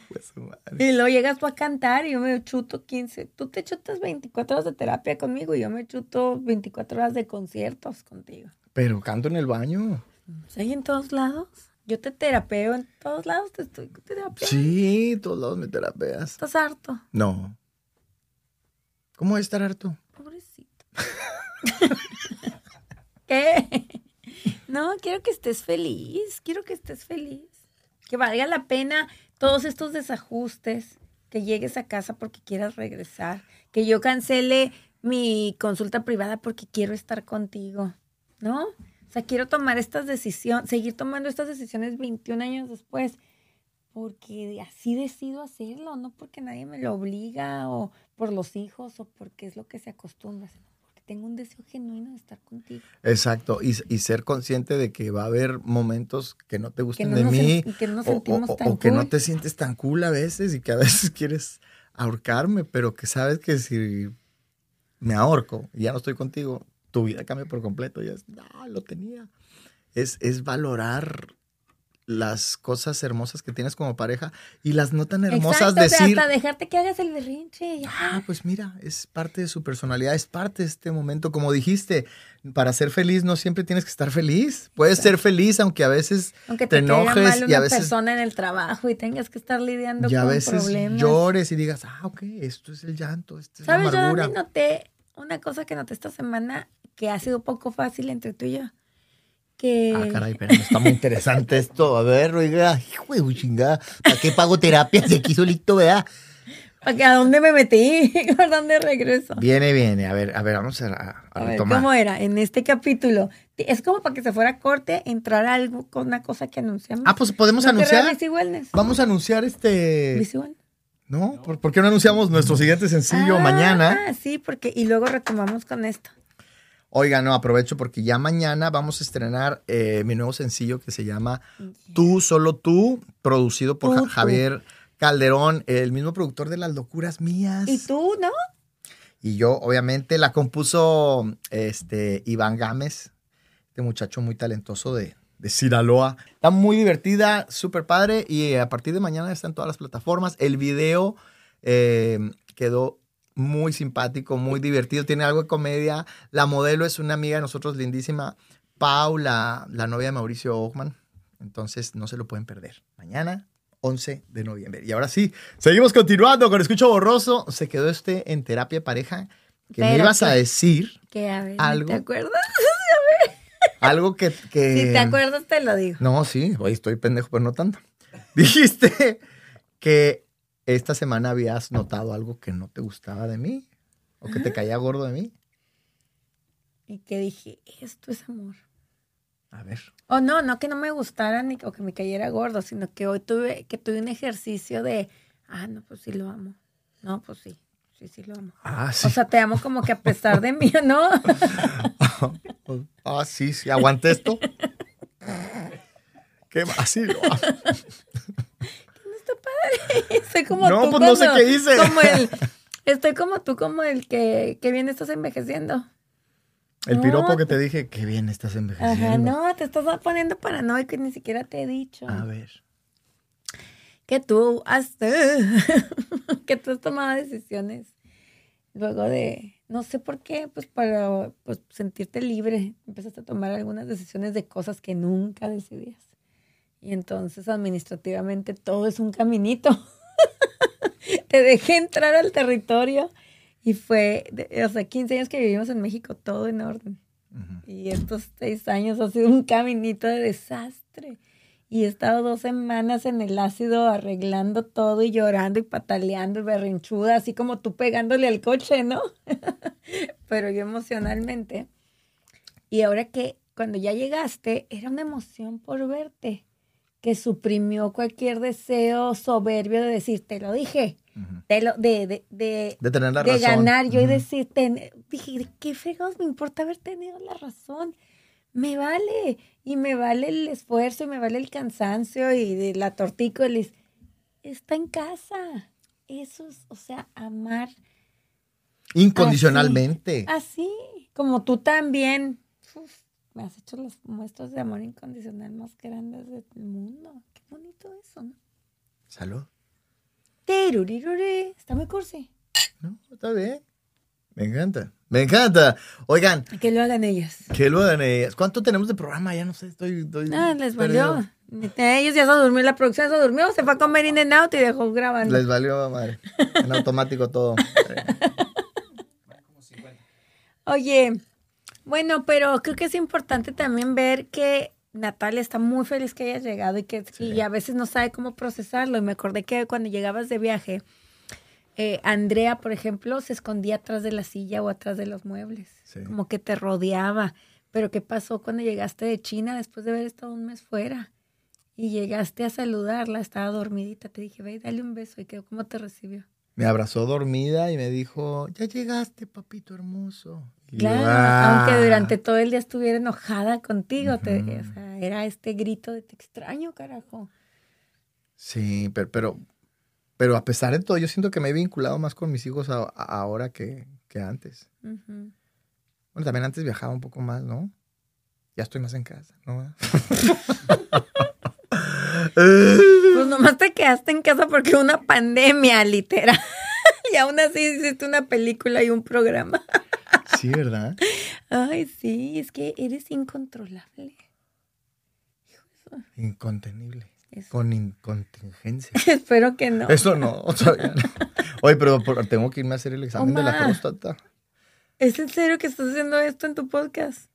C: Pues, madre.
D: Y luego llegas tú a cantar y yo me chuto 15. Tú te chutas 24 horas de terapia conmigo y yo me chuto 24 horas de conciertos contigo.
C: Pero canto en el baño.
D: Soy en todos lados. Yo te terapeo en todos lados. Te estoy terapeando.
C: Sí, todos lados me terapeas.
D: Estás harto.
C: No. ¿Cómo es estar harto?
D: Pobrecito. [laughs] ¿Qué? No, quiero que estés feliz. Quiero que estés feliz. Que valga la pena todos estos desajustes. Que llegues a casa porque quieras regresar. Que yo cancele mi consulta privada porque quiero estar contigo. ¿No? O sea, quiero tomar estas decisiones, seguir tomando estas decisiones 21 años después. Porque así decido hacerlo, no porque nadie me lo obliga o por los hijos o porque es lo que se acostumbra, sino porque tengo un deseo genuino de estar contigo.
C: Exacto. Y, y ser consciente de que va a haber momentos que no te
D: Que
C: gusten
D: no
C: Pues de
D: nos,
C: mí.
D: sen- que no nos
C: o- o-
D: sentimos
C: o,
D: tan
C: o que no
D: cool.
C: te sientes tan cool a veces y que a veces [laughs] quieres ahorcarme, pero que sabes que si me ahorco y ya no estoy contigo, tu vida cambia por completo. Ya es, no, lo tenía. es, es valorar las cosas hermosas que tienes como pareja y las no tan hermosas
D: Exacto, o sea,
C: decir.
D: hasta dejarte que hagas el berrinche. ya.
C: Ah, pues mira, es parte de su personalidad, es parte de este momento. Como dijiste, para ser feliz no siempre tienes que estar feliz. Puedes ser feliz aunque a veces
D: Aunque
C: te
D: te, caiga
C: enojes
D: mal
C: y a
D: una
C: veces-
D: persona en el trabajo y tengas que estar lidiando
C: ya a
D: con
C: veces
D: problemas.
C: llores y digas, ah, ok, esto es el llanto, esto es la
D: ¿Sabes? Yo
C: amargura.
D: también noté una cosa que noté esta semana que ha sido poco fácil entre tú y yo. Que
C: Ah, caray, pero está muy interesante esto. A ver, oiga, hijo de su chingada, ¿para qué pago terapia si aquí solito, verdad?
D: ¿Para qué? ¿A dónde me metí? [laughs] ¿A dónde regreso?
C: Viene, viene. A ver, a ver, vamos a, a- a
D: A ver,
C: retomar.
D: ¿cómo era? En este capítulo. Es como para que se fuera a corte, entrar algo con una cosa que anunciamos.
C: ah, pues podemos
D: ¿No te
C: anunciar.
D: redes y wellness?
C: Vamos a anunciar este.
D: Visual.
C: ¿No? ¿Por, por qué no anunciamos nuestro siguiente sencillo
D: Ah,
C: mañana?
D: ah, sí, porque y luego retomamos con esto.
C: Oiga, no, aprovecho porque ya mañana vamos a estrenar eh, mi nuevo sencillo que se llama Tú, solo tú, producido por
D: Tú,
C: Ja-
D: tú.
C: Javier Calderón, el mismo productor de Las Locuras Mías.
D: ¿Y tú, no?
C: Y yo, obviamente, la compuso este, Iván Gámez, este muchacho muy talentoso de, de Sinaloa. Está muy divertida, súper padre. Y eh, a partir de mañana está en todas las plataformas. El video eh, quedó muy simpático, muy divertido. Tiene algo de comedia. La modelo es una amiga de nosotros lindísima, Paula, la novia de Mauricio Ogman. Entonces, no se lo pueden perder. Mañana. 11 de noviembre. Y ahora sí, seguimos continuando con Escucho Borroso. Se quedó este en terapia de pareja que me
D: Pero
C: ibas a
D: que-
C: decir
D: Que a ver,
C: Algo.
D: ¿te acuerdas?
C: algo que... que-
D: Si te acuerdas, te lo digo.
C: No, sí, hoy estoy pendejo, pero no tanto. [laughs] Dijiste que esta semana habías notado algo que no te gustaba de mí o
D: Ah.
C: que te caía gordo de mí.
D: Y que dije, esto es amor.
C: A ver.
D: O no, no que no me gustara ni o que me cayera gordo, sino que hoy tuve, que tuve un ejercicio de, ah, no, pues sí lo amo. No, pues sí, sí, sí lo amo.
C: Ah,
D: O sea, te amo como que a pesar de mí, [laughs] ¿no?
C: Ah, sí, sí, aguanté
D: [laughs]
C: esto. ¿Qué más? Así lo hago.
D: [laughs] Estoy como
C: No,
D: tú
C: pues no sé
D: cuando-
C: qué hice. [laughs]
D: Como el, estoy como tú, como el que, que bien estás envejeciendo.
C: El
D: No,
C: piropo que te dije, qué bien estás envejeciendo.
D: Ajá, no, te estás poniendo paranoico y ni siquiera te he dicho.
C: A ver.
D: que tú has [laughs] que tú has tomado decisiones luego de no sé por qué pues para pues, sentirte libre empezaste a tomar algunas decisiones de cosas que nunca decidías y entonces administrativamente todo es un caminito [laughs] te dejé entrar al territorio y fue de- o sea 15 años que vivimos en México todo en orden
C: Ujú.
D: y estos seis años ha sido un caminito de desastre. Y he estado dos semanas en el ácido arreglando todo y llorando y pataleando y berrinchuda, así como tú pegándole al coche, ¿no? [laughs] Pero yo emocionalmente. Y ahora que cuando ya llegaste, era una emoción por verte, que suprimió cualquier deseo soberbio de decir, te lo dije,
C: Ujú.
D: te lo, de, de, de,
C: De tener la
D: de
C: razón.
D: ganar yo y
C: Ujú.
D: decir, ten- dije, "¿De ¿qué fregados me importa haber tenido la razón? Me vale, y me vale el esfuerzo, y me vale el cansancio, y de la tortícolis. Está en casa. Eso es, o sea, amar
C: Incondicionalmente.
D: así, como tú también. Uf, me has hecho las muestras de amor incondicional más grandes del mundo. Qué bonito eso, ¿no?
C: Salud.
D: Teruriruré. Está muy cursi.
C: No, está bien. Me encanta. Me encanta. Oigan,
D: Que lo hagan ellas.
C: ¿qué lo hagan ellas? ¿Cuánto tenemos de programa? Ya no sé, estoy. estoy
D: Ah, les
C: perdido.
D: valió. Ellos ya se durmió, la producción se durmió, se fue a comer in and out y dejó grabando.
C: Les valió, madre. En automático todo.
D: Oye, bueno, pero creo que es importante también ver que Natalia está muy feliz que hayas llegado y que y a veces no sabe cómo procesarlo. Y me acordé que cuando llegabas de viaje, eh, Andrea, por ejemplo, se escondía atrás de la silla o atrás de los muebles,
C: Sí.
D: como que te rodeaba. Pero ¿qué pasó cuando llegaste de China después de haber estado un mes fuera? Y llegaste a saludarla, estaba dormidita, te dije, ve y dale un beso. ¿Y qué- cómo te recibió?
C: [laughs] Me abrazó dormida y me dijo: Ya llegaste, papito hermoso. Y yo,
D: Claro,
C: "Ah".
D: aunque durante todo el día estuviera enojada contigo, te-
C: Ujú.
D: o sea, era este grito de te extraño, carajo.
C: Sí, pero, pero, pero a pesar de todo, yo siento que me he vinculado más con mis hijos a- a- ahora que, que antes.
D: Ujú.
C: Bueno, también antes viajaba un poco más, ¿no? Ya estoy más en casa, ¿no? [laughs]
D: Pues nomás te quedaste en casa porque una pandemia, literal. [laughs] Y aún así hiciste una película y un programa.
C: sí, ¿verdad?
D: Ay, sí, es que eres incontrolable.
C: Incontenible.
D: Eso.
C: Con incontingencia.
D: Espero que [laughs] no.
C: Eso no. o sea, [laughs] Oye, pero por- tengo que irme a hacer el examen de la
D: Omar.
C: próstata.
D: ¿Es en serio que estás haciendo esto en tu podcast?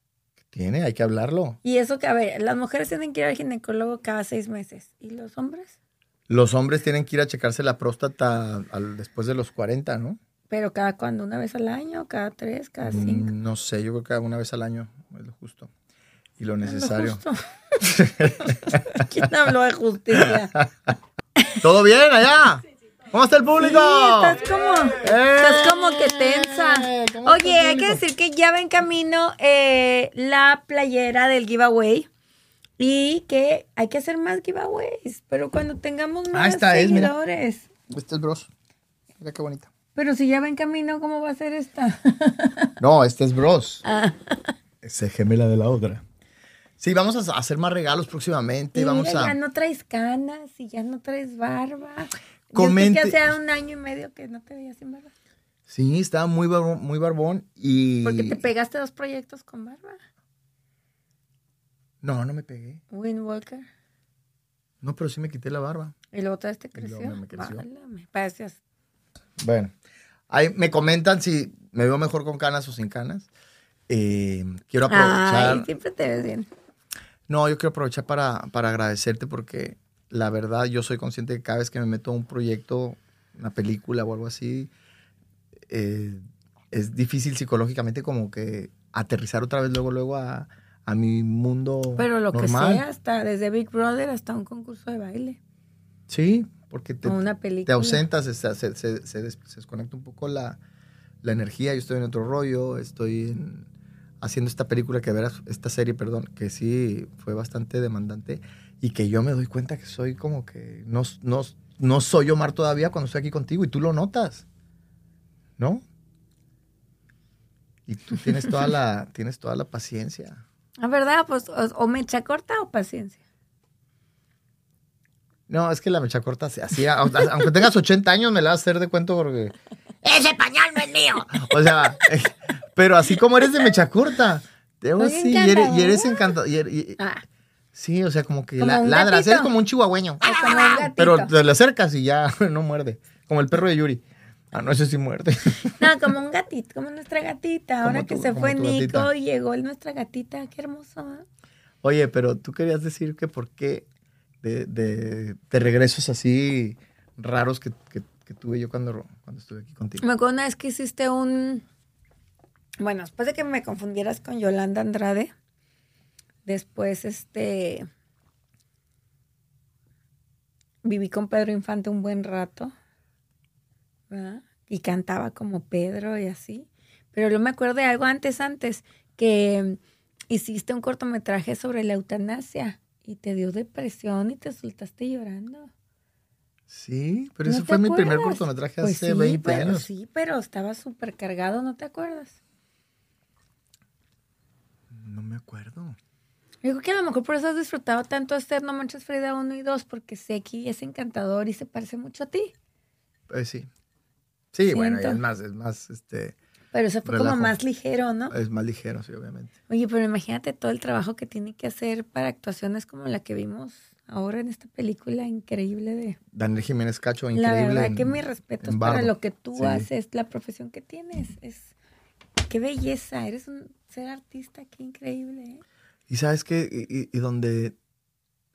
C: Tiene, hay que hablarlo.
D: Y eso que, a ver, las mujeres tienen que ir al ginecólogo cada seis meses. ¿Y los hombres?
C: Los hombres tienen que ir a checarse la próstata al- después de los 40, ¿no?
D: ¿Pero cada cuándo? ¿Una vez al año? ¿Cada tres? ¿Cada cinco?
C: Mm, No sé, yo creo que una vez al año es lo justo. Y lo necesario.
D: Lo justo. [laughs] ¿Quién habló de justicia?
C: [laughs] ¿Todo bien allá? ¿Cómo está el
D: Sí,
C: público?
D: estás como, estás como que
C: Eh,
D: tensa.
C: ¿cómo
D: Oye,
C: está el
D: hay que
C: público?
D: decir que ya va en camino eh, la playera del giveaway. Y que hay que hacer más giveaways, pero cuando tengamos más
C: Ah, esta es, mira.
D: seguidores.
C: Este es bros. Mira qué bonita.
D: Pero si ya va en camino, ¿cómo va a ser esta?
C: No, este es bros.
D: Ah.
C: [laughs] Se gemela de la otra. Sí, vamos a hacer más regalos próximamente.
D: Y
C: vamos
D: mira,
C: a.
D: ya no traes canas y ya no traes barba.
C: Comente-
D: Comente. que hace un año y medio que no te veías sin barba.
C: Sí, está muy barbón, muy barbón y.
D: Porque te pegaste dos proyectos con barba.
C: No, no me pegué.
D: Wind Walker.
C: No, pero sí me quité la barba.
D: Y luego otra vez te
C: Y luego
D: este creció.
C: me- me creció.
D: Válame, Gracias.
C: Bueno, ahí me comentan si me veo mejor con canas o sin canas. Eh, quiero aprovechar.
D: Ay, siempre te ves bien.
C: No, yo quiero aprovechar para, para agradecerte porque la verdad yo soy consciente que cada vez que me meto a un proyecto, una película o algo así, eh, es difícil psicológicamente como que aterrizar otra vez luego, luego a, a mi mundo
D: Pero lo
C: normal.
D: que sea, hasta desde Big Brother hasta un concurso de baile.
C: Sí, porque te,
D: o una
C: te
D: película.
C: ausentas, se, se- se- se des- se desconecta un poco la, la energía. Yo estoy en otro rollo, estoy en- haciendo esta película que verás, esta serie, perdón, que sí fue bastante demandante y que yo me doy cuenta que soy como que no, no, no soy Omar todavía cuando estoy aquí contigo y tú lo notas, ¿no? Y tú tienes toda la, tienes toda la paciencia.
D: Ah, ¿verdad? Pues o, o mecha corta o paciencia.
C: No, es que la mecha corta se hacía, aunque tengas 80 años me la vas a hacer de cuento porque...
A: Ese pañal no es mío.
C: O sea, eh, pero así como eres de mecha corta, te hago
D: Soy
C: así, y eres, y eres
D: encantadora.
C: encantado. y er- y-
D: [laughs] Ah,
C: sí, o sea, como que
D: Como
C: la-
D: un
C: ladras,
D: gatito.
C: eres como un chihuahueño.
A: Ah,
D: es como un gatito.
C: [laughs] Pero te le acercas y ya [laughs] no muerde. Como el perro de Yuri. Ah, no, ese sí muerde. [laughs]
D: No, como un gatito, como nuestra gatita. Ahora
C: Como
D: que
C: tu-
D: se
C: como
D: fue
C: tu
D: Nico,
C: gatita.
D: llegó nuestra gatita. Qué hermoso. ¿eh?
C: Oye, pero tú querías decir que por qué de, de- de regresos así raros que, que- que tuve yo cuando, cuando estuve aquí contigo.
D: Me acuerdo una vez que hiciste un. Bueno, después de que me confundieras con Yolanda Andrade, después este. Viví con Pedro Infante un buen rato. ¿verdad? Y cantaba como Pedro y así. Pero yo me acuerdo de algo antes, antes, que hiciste un cortometraje sobre la eutanasia y te dio depresión y te soltaste llorando.
C: Sí, pero
D: ¿No
C: ese
D: te
C: fue mi primer
D: acuerdas?
C: cortometraje
D: Pues
C: hace
D: sí,
C: 20
D: pero,
C: años.
D: Sí, pero estaba súper cargado, ¿no te acuerdas?
C: No me acuerdo.
D: Yo creo que a lo mejor por eso has disfrutado tanto hacer No Manches Frida 1 y 2, porque Seki es encantador y se parece mucho a ti.
C: Eh, sí. Sí, bueno, ya
D: Siento.
C: es más, es más, este,
D: Pero eso fue
C: Relajo. Eh.
D: como más ligero, ¿no?
C: es más ligero, sí, obviamente.
D: Oye, pero imagínate todo el trabajo que tiene que hacer para actuaciones como la que vimos ahora en esta película increíble de...
C: Daniel Jiménez Cacho,
D: la
C: increíble.
D: verdad
C: en-
D: que mis respetos
C: en
D: para
C: barro.
D: lo que tú
C: Sí.
D: haces, la profesión que tienes. Es... Qué belleza, eres un ser artista, qué increíble. ¿eh?
C: Y sabes que, y, y- y donde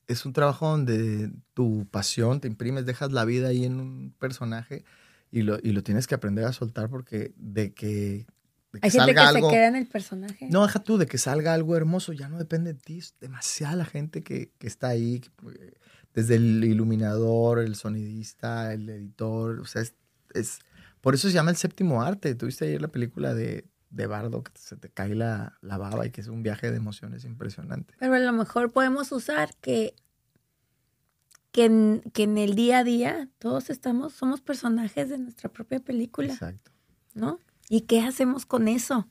C: es un trabajo donde tu pasión te imprimes, dejas la vida ahí en un personaje y lo, y lo tienes que aprender a soltar porque de que, de que
D: Hay gente que
C: salga algo.
D: se queda en el personaje.
C: No, deja tú, de que salga algo hermoso, ya no depende de ti. Es demasiada la gente que, que está ahí, que- eh, desde el iluminador, el sonidista, el editor, o sea, es, es- Por eso se llama el séptimo arte. Tuviste ayer la película de, de Bardo, que se te cae la, la baba y que es un viaje de emociones impresionante.
D: Pero a lo mejor podemos usar que, que, en, que en el día a día todos estamos, somos personajes de nuestra propia película,
C: Exacto.
D: ¿no? ¿Y qué hacemos con eso?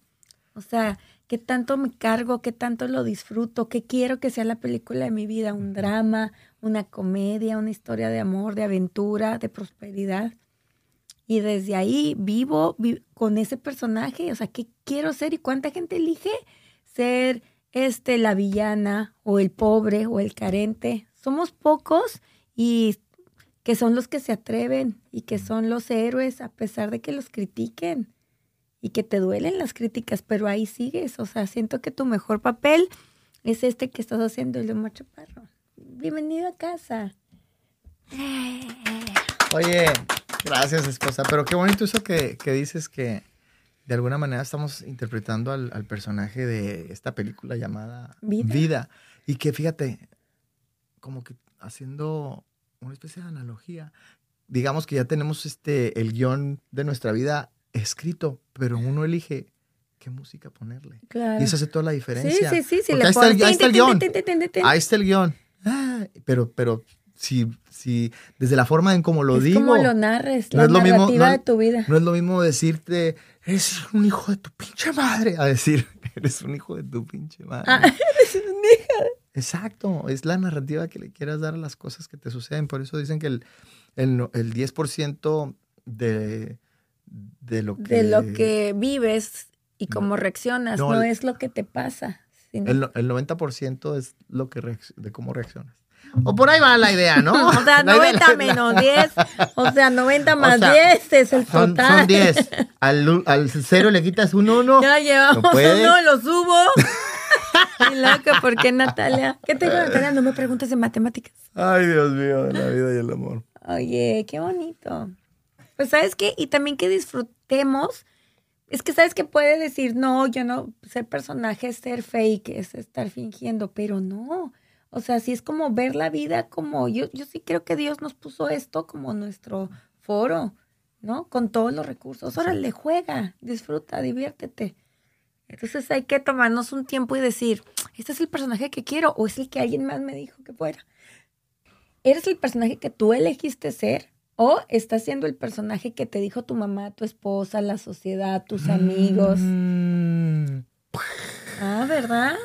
D: O sea, qué tanto me cargo, qué tanto lo disfruto, qué quiero que sea la película de mi vida, un drama, una comedia, una historia de amor, de aventura, de prosperidad. Y desde ahí vivo vi- con ese personaje, o sea, qué quiero ser y cuánta gente elige ser este la villana o el pobre o el carente. Somos pocos y que son los que se atreven y que son los héroes a pesar de que los critiquen y que te duelen las críticas, pero ahí sigues. O sea, siento que tu mejor papel es este que estás haciendo, el de Omar Chaparro. Bienvenido a casa.
C: Oye, gracias esposa, pero qué bonito eso que, que dices que de alguna manera estamos interpretando al, al personaje de esta película llamada
D: Vida.
C: Y que fíjate, como que haciendo una especie de analogía, digamos que ya tenemos este, el guión de nuestra vida escrito, pero uno elige qué música ponerle.
D: Claro.
C: Y eso hace toda la
D: sí,
C: diferencia.
D: sí, sí, sí.
C: Porque
D: le
C: ahí, está el,
D: pones
C: ahí está el
D: tin, tin,
C: guión.
D: tin, tin, tin, tin, tin.
C: Ahí está el guión. Ah, pero, pero, si, si, desde la forma en como lo
D: es
C: digo,
D: como lo narres,
C: No
D: la
C: es lo mismo-
D: narrativa
C: no-
D: de tu vida.
C: no es lo mismo decirte, eres un hijo de tu pinche madre, a decir, [laughs] eres un hijo de tu pinche madre.
D: Ah, [laughs]
C: Exacto, es la narrativa que le quieras dar a las cosas que te suceden. Por eso dicen que el, el, no- el 10% de, de lo que...
D: de lo que vives y cómo reaccionas,
C: No,
D: no,
C: el-
D: es lo que te pasa. sino-
C: El, no- el 90% es lo que reacc- de cómo reaccionas. O por ahí va la idea, [laughs] ¿no?
D: [laughs] o sea,
C: La idea-
D: 90 menos 10, o sea, 90 más
C: sea,
D: 10 es el
C: Son,
D: total.
C: son
D: [laughs]
C: 10. Al, u- al cero le quitas un 1.
D: Ya llevamos
C: puede.
D: uno, lo subo. [laughs] Y loca, ¿por qué Natalia? ¿Qué tengo, Natalia? No me preguntes de matemáticas.
C: Ay, Dios mío, de la vida y el amor.
D: Oye, qué bonito. Pues, ¿sabes qué? Y también que disfrutemos. Es que, ¿sabes que Puede decir, no, yo no, ser personaje es ser fake, es estar fingiendo, pero no. O sea, sí es como ver la vida como, yo, yo sí creo que Dios nos puso esto como nuestro foro, ¿no? Con todos los recursos. Órale, juega, disfruta, diviértete. Entonces hay que tomarnos un tiempo y decir, este es el personaje que quiero o es el que alguien más me dijo que fuera. ¿Eres el personaje que tú elegiste ser? ¿O estás siendo el personaje que te dijo tu mamá, tu esposa, la sociedad, tus amigos?
C: Mm.
D: Ah, ¿verdad?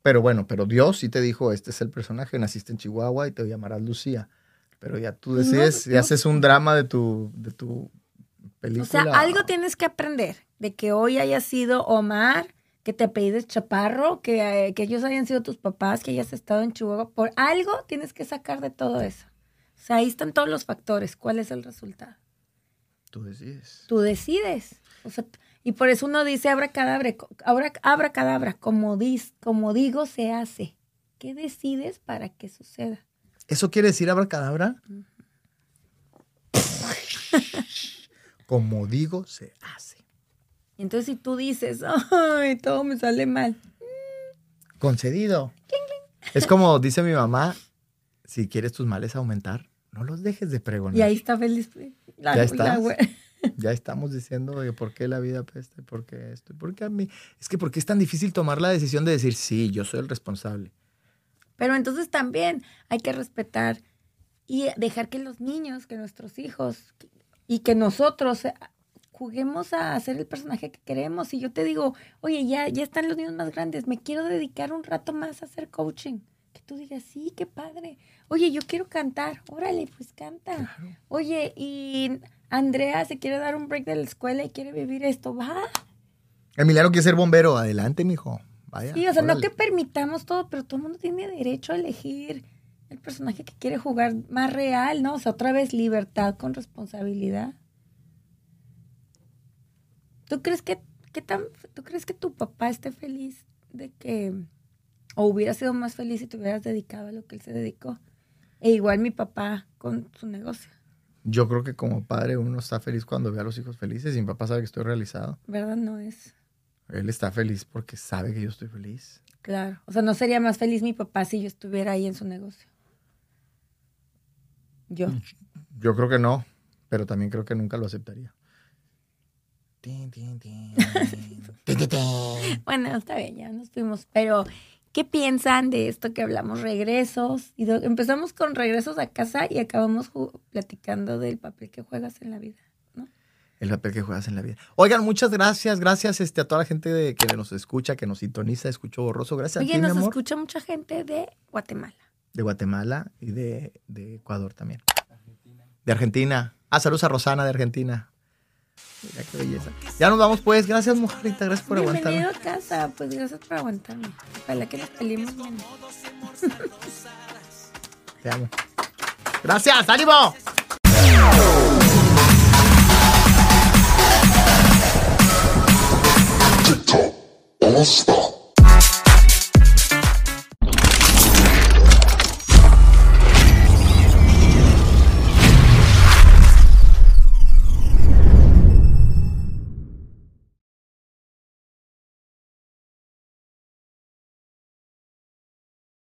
C: Pero bueno, pero Dios sí te dijo, este es el personaje, naciste en Chihuahua y te llamarás Lucía. Pero ya tú
D: Pues no,
C: decides, y
D: no.
C: haces un drama de tu, de tu película.
D: O sea, algo tienes que aprender de que hoy haya sido Omar, que te apellides Chaparro, que, eh, que ellos hayan sido tus papás, que hayas estado en Chihuahua. Por algo tienes que sacar de todo eso. O sea, ahí están todos los factores. ¿Cuál es el resultado?
C: Tú decides.
D: tú decides. O sea, t- y por eso uno dice abra cadabra, abra, cadabra, como, dis, como digo se hace. ¿Qué decides para que suceda?
C: ¿Eso quiere decir abracadabra? Como digo, se hace.
D: Entonces si tú dices, [laughs] ay, todo me sale mal.
C: Concedido. Es como dice mi mamá, si quieres tus males aumentar, no los dejes de pregonar.
D: Y ahí está feliz. La,
C: Ya
D: la
C: estás.
D: güe-
C: Ya estamos diciendo de por qué la vida peste, por qué esto, por qué a mí. Es que porque es tan difícil tomar la decisión de decir, sí, yo soy el responsable.
D: Pero entonces también hay que respetar y dejar que los niños, que nuestros hijos y que nosotros eh, juguemos a hacer el personaje que queremos. Y yo te digo, oye, ya, ya están los niños más grandes, me quiero dedicar un rato más a hacer coaching. Que tú digas, sí, qué padre. Oye, yo quiero cantar. Órale, pues canta. Oye, y Andrea se quiere dar un break de la escuela y quiere vivir esto. Va.
C: Emiliano quiere ser bombero, adelante, mijo. Vaya.
D: Sí, o sea, no
C: órale.
D: que permitamos todo, pero todo el mundo tiene derecho a elegir el personaje que quiere jugar más real, ¿no? O sea, otra vez libertad con responsabilidad. ¿Tú crees que, qué tan, ¿tú crees que tu papá esté feliz de que, o hubiera sido más feliz si te hubieras dedicado a lo que él se dedicó? E igual mi papá con su negocio,
C: Yo creo que como padre uno está feliz cuando ve a los hijos felices y mi papá sabe que estoy realizado.
D: ¿verdad? No es.
C: Él está feliz porque sabe que yo estoy feliz.
D: Claro. O sea, no sería más feliz mi papá si yo estuviera ahí en su negocio. Yo.
C: Yo creo que no, pero también creo que nunca lo aceptaría. Tin, tin,
D: [laughs]
C: tin. Tin, tin, tin.
D: Bueno, está bien, ya nos fuimos. Pero, ¿qué piensan de esto que hablamos? Regresos. Y do- empezamos con regresos a casa y acabamos ju- platicando del papel que juegas en la vida.
C: el papel que juegas en la vida. Oigan, muchas gracias, gracias este, a toda la gente de- que nos escucha, que nos sintoniza, escucho borroso. Gracias a
D: Oye,
C: ti, mi
D: nos
C: amor,
D: escucha mucha gente de Guatemala.
C: de Guatemala y de, de Ecuador también. De Argentina. Ah, saludos a Rosana de Argentina. Mira qué belleza. Ya nos vamos pues, gracias mujerita, gracias por
D: Bienvenido
C: aguantarme.
D: a casa, pues gracias por aguantarme. Ojalá que nos peleemos menos.
C: Te amo. Gracias, ánimo.
F: TikTok, all star.